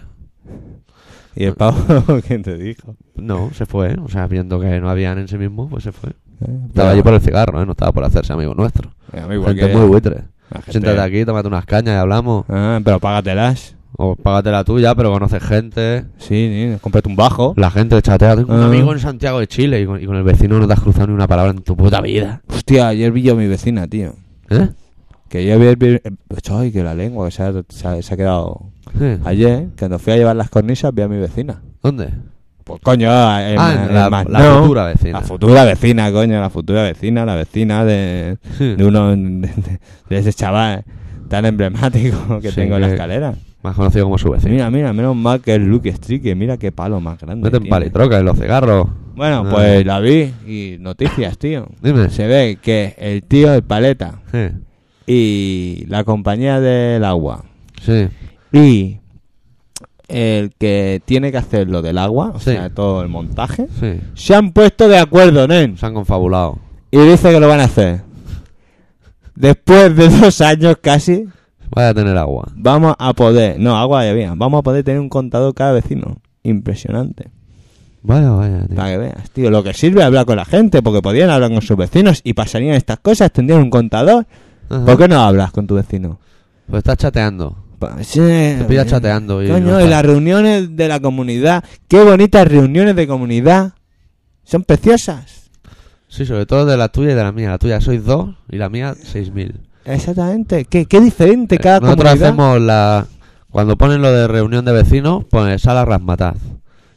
Y el pavo, [LAUGHS] ¿quién te dijo?
no, se fue. O sea, viendo que no habían en sí mismo, pues se fue.
Eh, pero-
Estaba allí por el cigarro, ¿eh? No estaba por hacerse amigo nuestro.
Eh, igual
Gente
que-
muy buitre.
la gente-
Siéntate aquí, tómate unas cañas y hablamos.
Ah, pero págatelas.
O págate la tuya, pero conoces gente.
Sí, sí, cómprate un bajo.
La gente chatea. Tengo un
Ah.
amigo en Santiago de Chile y con, y con el vecino no te has cruzado ni una palabra en tu puta vida.
Hostia, ayer vi yo a mi vecina, tío.
¿Eh?
Que yo vi... vi- eh, Ay, que la lengua que se ha, se ha- se ha quedado...
Sí.
Ayer, cuando fui a llevar las cornisas, vi a mi vecina.
¿Dónde?
Pues coño, en-
ah,
en
en la,
Magnó.
la futura vecina.
La futura vecina, coño, la futura vecina, la vecina de,
Sí.
de uno... De, de- de ese chaval tan emblemático que
Sí,
tengo en la
que-
escalera.
Más conocido como su vecino.
Mira, mira, menos mal que es Luke Strick, mira qué palo más grande.
no te
tiene.
empalitrocas en los cigarros.
Bueno,
Ah.
pues la vi y noticias, tío.
Dime.
Se ve que el tío, el paleta,
Sí.
y la compañía del agua
Sí.
y el que tiene que hacer lo del agua, o
Sí.
sea, todo el montaje,
Sí.
se han puesto de acuerdo, nen.
Se han confabulado.
Y dice que lo van a hacer. Después de dos años casi,
Vaya a tener agua.
vamos a poder, no, agua ya había, vamos a poder tener un contador cada vecino. Impresionante.
Vaya, vaya, tío.
Para que veas, tío, lo que sirve es hablar con la gente, porque podían hablar con sus vecinos y pasarían estas cosas, tendrían un contador.
Ajá.
¿Por qué no hablas con tu vecino?
Pues estás chateando.
Pa- sí,
Te pillas
eh,
chateando y
coño,
no
y
está.
las reuniones de la comunidad. Qué bonitas reuniones de comunidad. Son preciosas.
Sí, sobre todo de la tuya y de la mía. La tuya sois dos y la mía seis mil.
Exactamente. Qué, qué diferente cada
Eh, Nosotros
comunidad.
hacemos la. Cuando ponen lo de reunión de vecinos, ponen sala Rasmataz.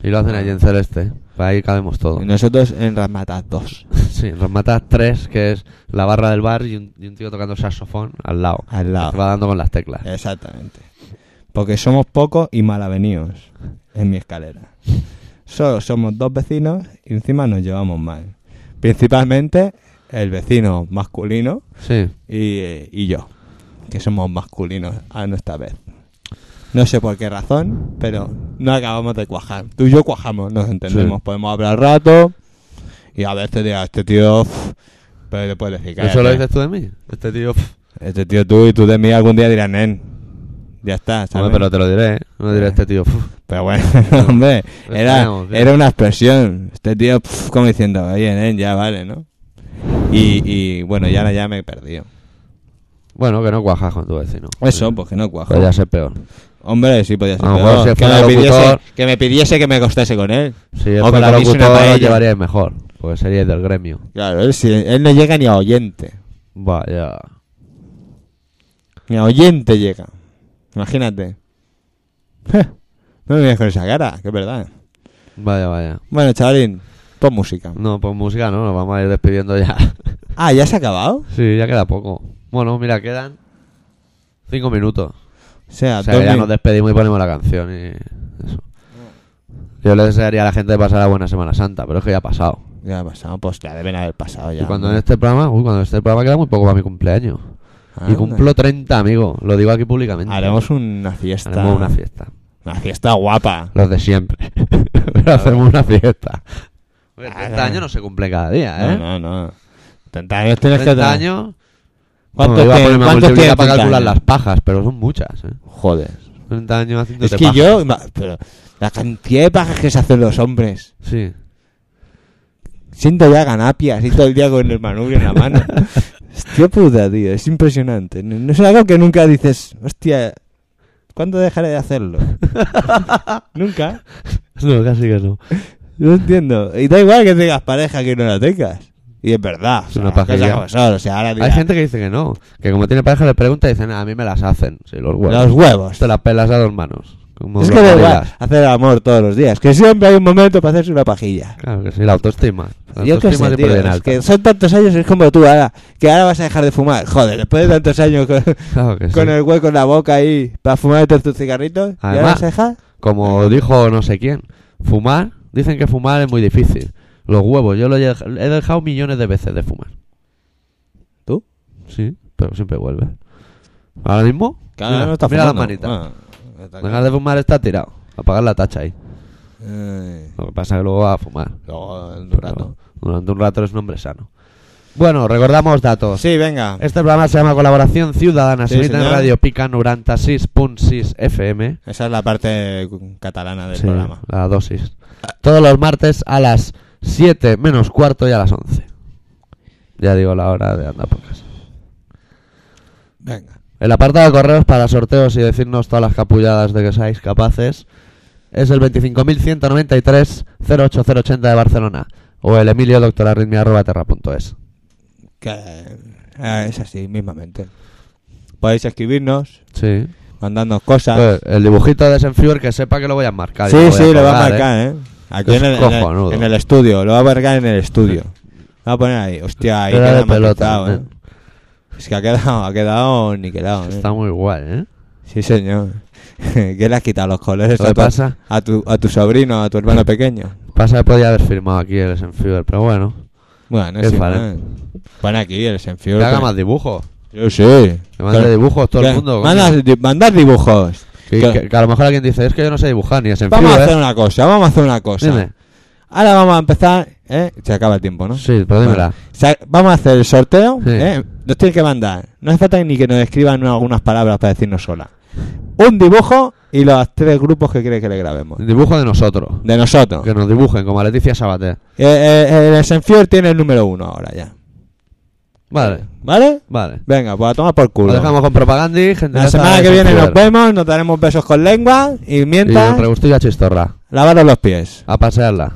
Y lo hacen allí en Celeste. Para ahí cabemos todo.
Y nosotros en Ramatas 2.
[LAUGHS] Sí, Rasmataz 3, que es la barra del bar y un, y un tío tocando saxofón al lado.
Al
que Se
lado. Eh,
va dando con las teclas.
[LAUGHS] Exactamente. Porque somos pocos y malavenidos en mi escalera. Solo somos dos vecinos y encima nos llevamos mal. Principalmente el vecino masculino
Sí.
y, eh, y yo, que somos masculinos a nuestra vez. No sé por qué razón, pero no acabamos de cuajar. Tú y yo cuajamos, nos entendemos,
Sí.
podemos hablar rato y a veces digo, este tío, uf", pero le puedes decir,
¿Eso lo
"Cállate".
dices tú de mí? Este tío. pff,
este tío tú y tú de mí algún día dirás, nen, ya está, ¿sabes?
hombre, pero te lo diré, ¿eh? No diré este tío. pff.
Pero
[LAUGHS]
bueno, [LAUGHS] hombre, era,
Esperemos, tío.
era una expresión. Este tío, pf, como diciendo, oye, nen, ya vale, ¿no? Y, y bueno, ya, ya me he perdido.
Bueno, que no cuajas con tu vecino.
Eso, pues que no cuajo.
Podría ser peor.
Hombre, sí podía ser.
A lo
peor.
mejor si
que,
fuera
me pidiese,
locutor-
que me pidiese que me acostase con él.
Si es
Hombre,
para
a mí es una
locutor, lo
paella.
llevaríais mejor. Porque seríais del gremio.
Claro, él, sí, él no llega ni a oyente.
Vaya.
Ni a oyente llega. Imagínate. [LAUGHS] no me vienes con esa cara, que es verdad.
Vaya, vaya.
Bueno, chavalín, pon música.
No, pues música no, nos vamos a ir despidiendo ya. [LAUGHS]
Ah, ¿ya se ha acabado?
Sí, ya queda poco. Bueno, mira, quedan cinco minutos.
O sea,
O sea,
Ah, dos
que ya
min-
nos despedimos y ponemos la canción y eso. Yo le desearía a la gente pasar la buena Semana Santa, pero es que ya ha pasado.
Ya ha pasado, pues ya deben haber pasado ya.
y cuando en
hombre.
este programa, uy, cuando en este programa queda muy poco para mi cumpleaños. y
Anda.
cumplo 30, amigo. Lo digo aquí públicamente.
Ah, Haremos una fiesta.
Haremos una fiesta.
Una fiesta guapa.
Los de siempre. [LAUGHS] Pero hacemos una fiesta. Oye, 30
Ah.
años no se cumple cada día, ¿eh?
No, no, no. 30 años tienes que
30
tener.
años.
¿Cuántos
Bueno, iba a
te-
ponerme a
cuántos
multiplicar
tienes
para
30
calcular
años?
las pajas, pero son muchas, ¿eh?
Joder.
30 años haciendo
Es que yo. ima- Pero la cantidad de pajas que se hacen los hombres. [LAUGHS]
Sí.
Siento ya ganapias y todo el día con el manubrio en la mano. hostia puta, tío. Es impresionante. No, no es algo que nunca dices. Hostia. ¿Cuándo dejaré de hacerlo? nunca.
No, casi que no.
No entiendo. Y da igual que tengas pareja que no la tengas. Y es verdad. o
Es
sea,
una
las cosas
pajería.
como son, o sea, ahora
Hay
dirás,
gente que dice que no. Que como tiene pareja le pregunta y dicen, "Ah, a mí me las hacen. Sí, los huevos.
Los huevos.
Te las pelas a dos manos. Como
Es
los
que da igual
gorilas.
hacer el amor todos los días, que siempre hay un momento para hacerse una pajilla.
Claro que sí, la autoestima. La
Yo qué
autoestima
sé,
siempre
tío,
bien
es
alta.
que son tantos años, es como tú ahora, que ahora vas a dejar de fumar. Joder, después de tantos años con,
Claro que sí.
con el hueco en la boca ahí, para fumarte tus cigarritos, ¿y ahora
Además-
vas a dejar?
Como dijo no sé quién, fumar, dicen que fumar es muy difícil. Los huevos, yo lo he dej- he dejado millones de veces de fumar.
¿Tú?
Sí, pero siempre vuelve. Ahora mismo, mira,
no está
mira
fumando.
las manitas.
Bueno, está
Dejar de fumar está tirado. Apagar la tacha ahí.
Eh,
Lo que pasa es que luego va a fumar.
luego, en un
Pero
rato.
Durante un rato es un hombre sano. Bueno, recordamos
Pues
datos.
Sí, venga.
Este programa se llama Colaboración Ciudadana.
Sí,
se emite en
señor.
Radio Pica 96.6 FM.
Esa es la parte catalana del
Sí,
programa.
La dosis. Todos los martes a las 7 menos cuarto y a las 11. Ya digo la hora de andar por casa.
Venga.
El apartado de correos para sorteos y decirnos todas las capulladas de que seáis capaces es el 25.193-08080 de Barcelona o el emilio terra.es.
Que, eh, es así, mismamente. Podéis escribirnos,
Sí.
mandarnos cosas.
Eh, el dibujito de Senfior que sepa que lo voy a marcar. y
Sí,
Ah, voy
sí, lo va a
colgar, ¿eh?
marcar, ¿eh? Aquí
Es
en el, en el-
cojonudo.
en el estudio, lo va a marcar en el estudio. Lo va a poner ahí, hostia, ahí
Era
queda
de pelota,
matizado, ¿eh? Es que ha quedado, ha quedado niquelado, ¿eh?
Está muy guay, ¿eh?
Sí, señor. [LAUGHS] que le has quitado los colores
Lo
a
que
tu,
pasa-
a, tu, a tu sobrino, a tu hermano pequeño.
Pasa que podía haber firmado aquí el Senfior, pero bueno.
Bueno,
Qué
sí,
fare.
man. Pon aquí el Senfior.
Que haga más dibujos.
Yo sí.
Que mande
Pero-
dibujos todo el
que-
mundo. coño.
mandas di- mandar dibujos.
Que,
Que-
que- que a lo mejor alguien dice, es que yo no sé dibujar ni es en
vamos a
fibra,
hacer
¿eh?".
una cosa, vamos a hacer una cosa.
Dime.
Ahora vamos a empezar, ¿eh? Se acaba el tiempo, ¿no?
Sí, pero dímela.
Vale. O sea, vamos a hacer el sorteo.
Sí.
¿eh? Nos tienes que mandar. No hace falta ni que nos escriban algunas palabras para decirnos sola. Un dibujo y los tres grupos que crees que le grabemos.
El dibujo de nosotros.
De nosotros.
Que nos dibujen, como a Leticia Sabater.
Eh, eh, el Senfior tiene el número uno ahora ya.
Vale,
¿Vale?
vale.
Venga, pues a tomar por
Lo
culo.
dejamos con propaganda y gente.
La semana que viene nos vemos, nos daremos besos con lengua y
Y
mientras,
regustillo a Chistorra.
lavaros los pies.
A pasearla.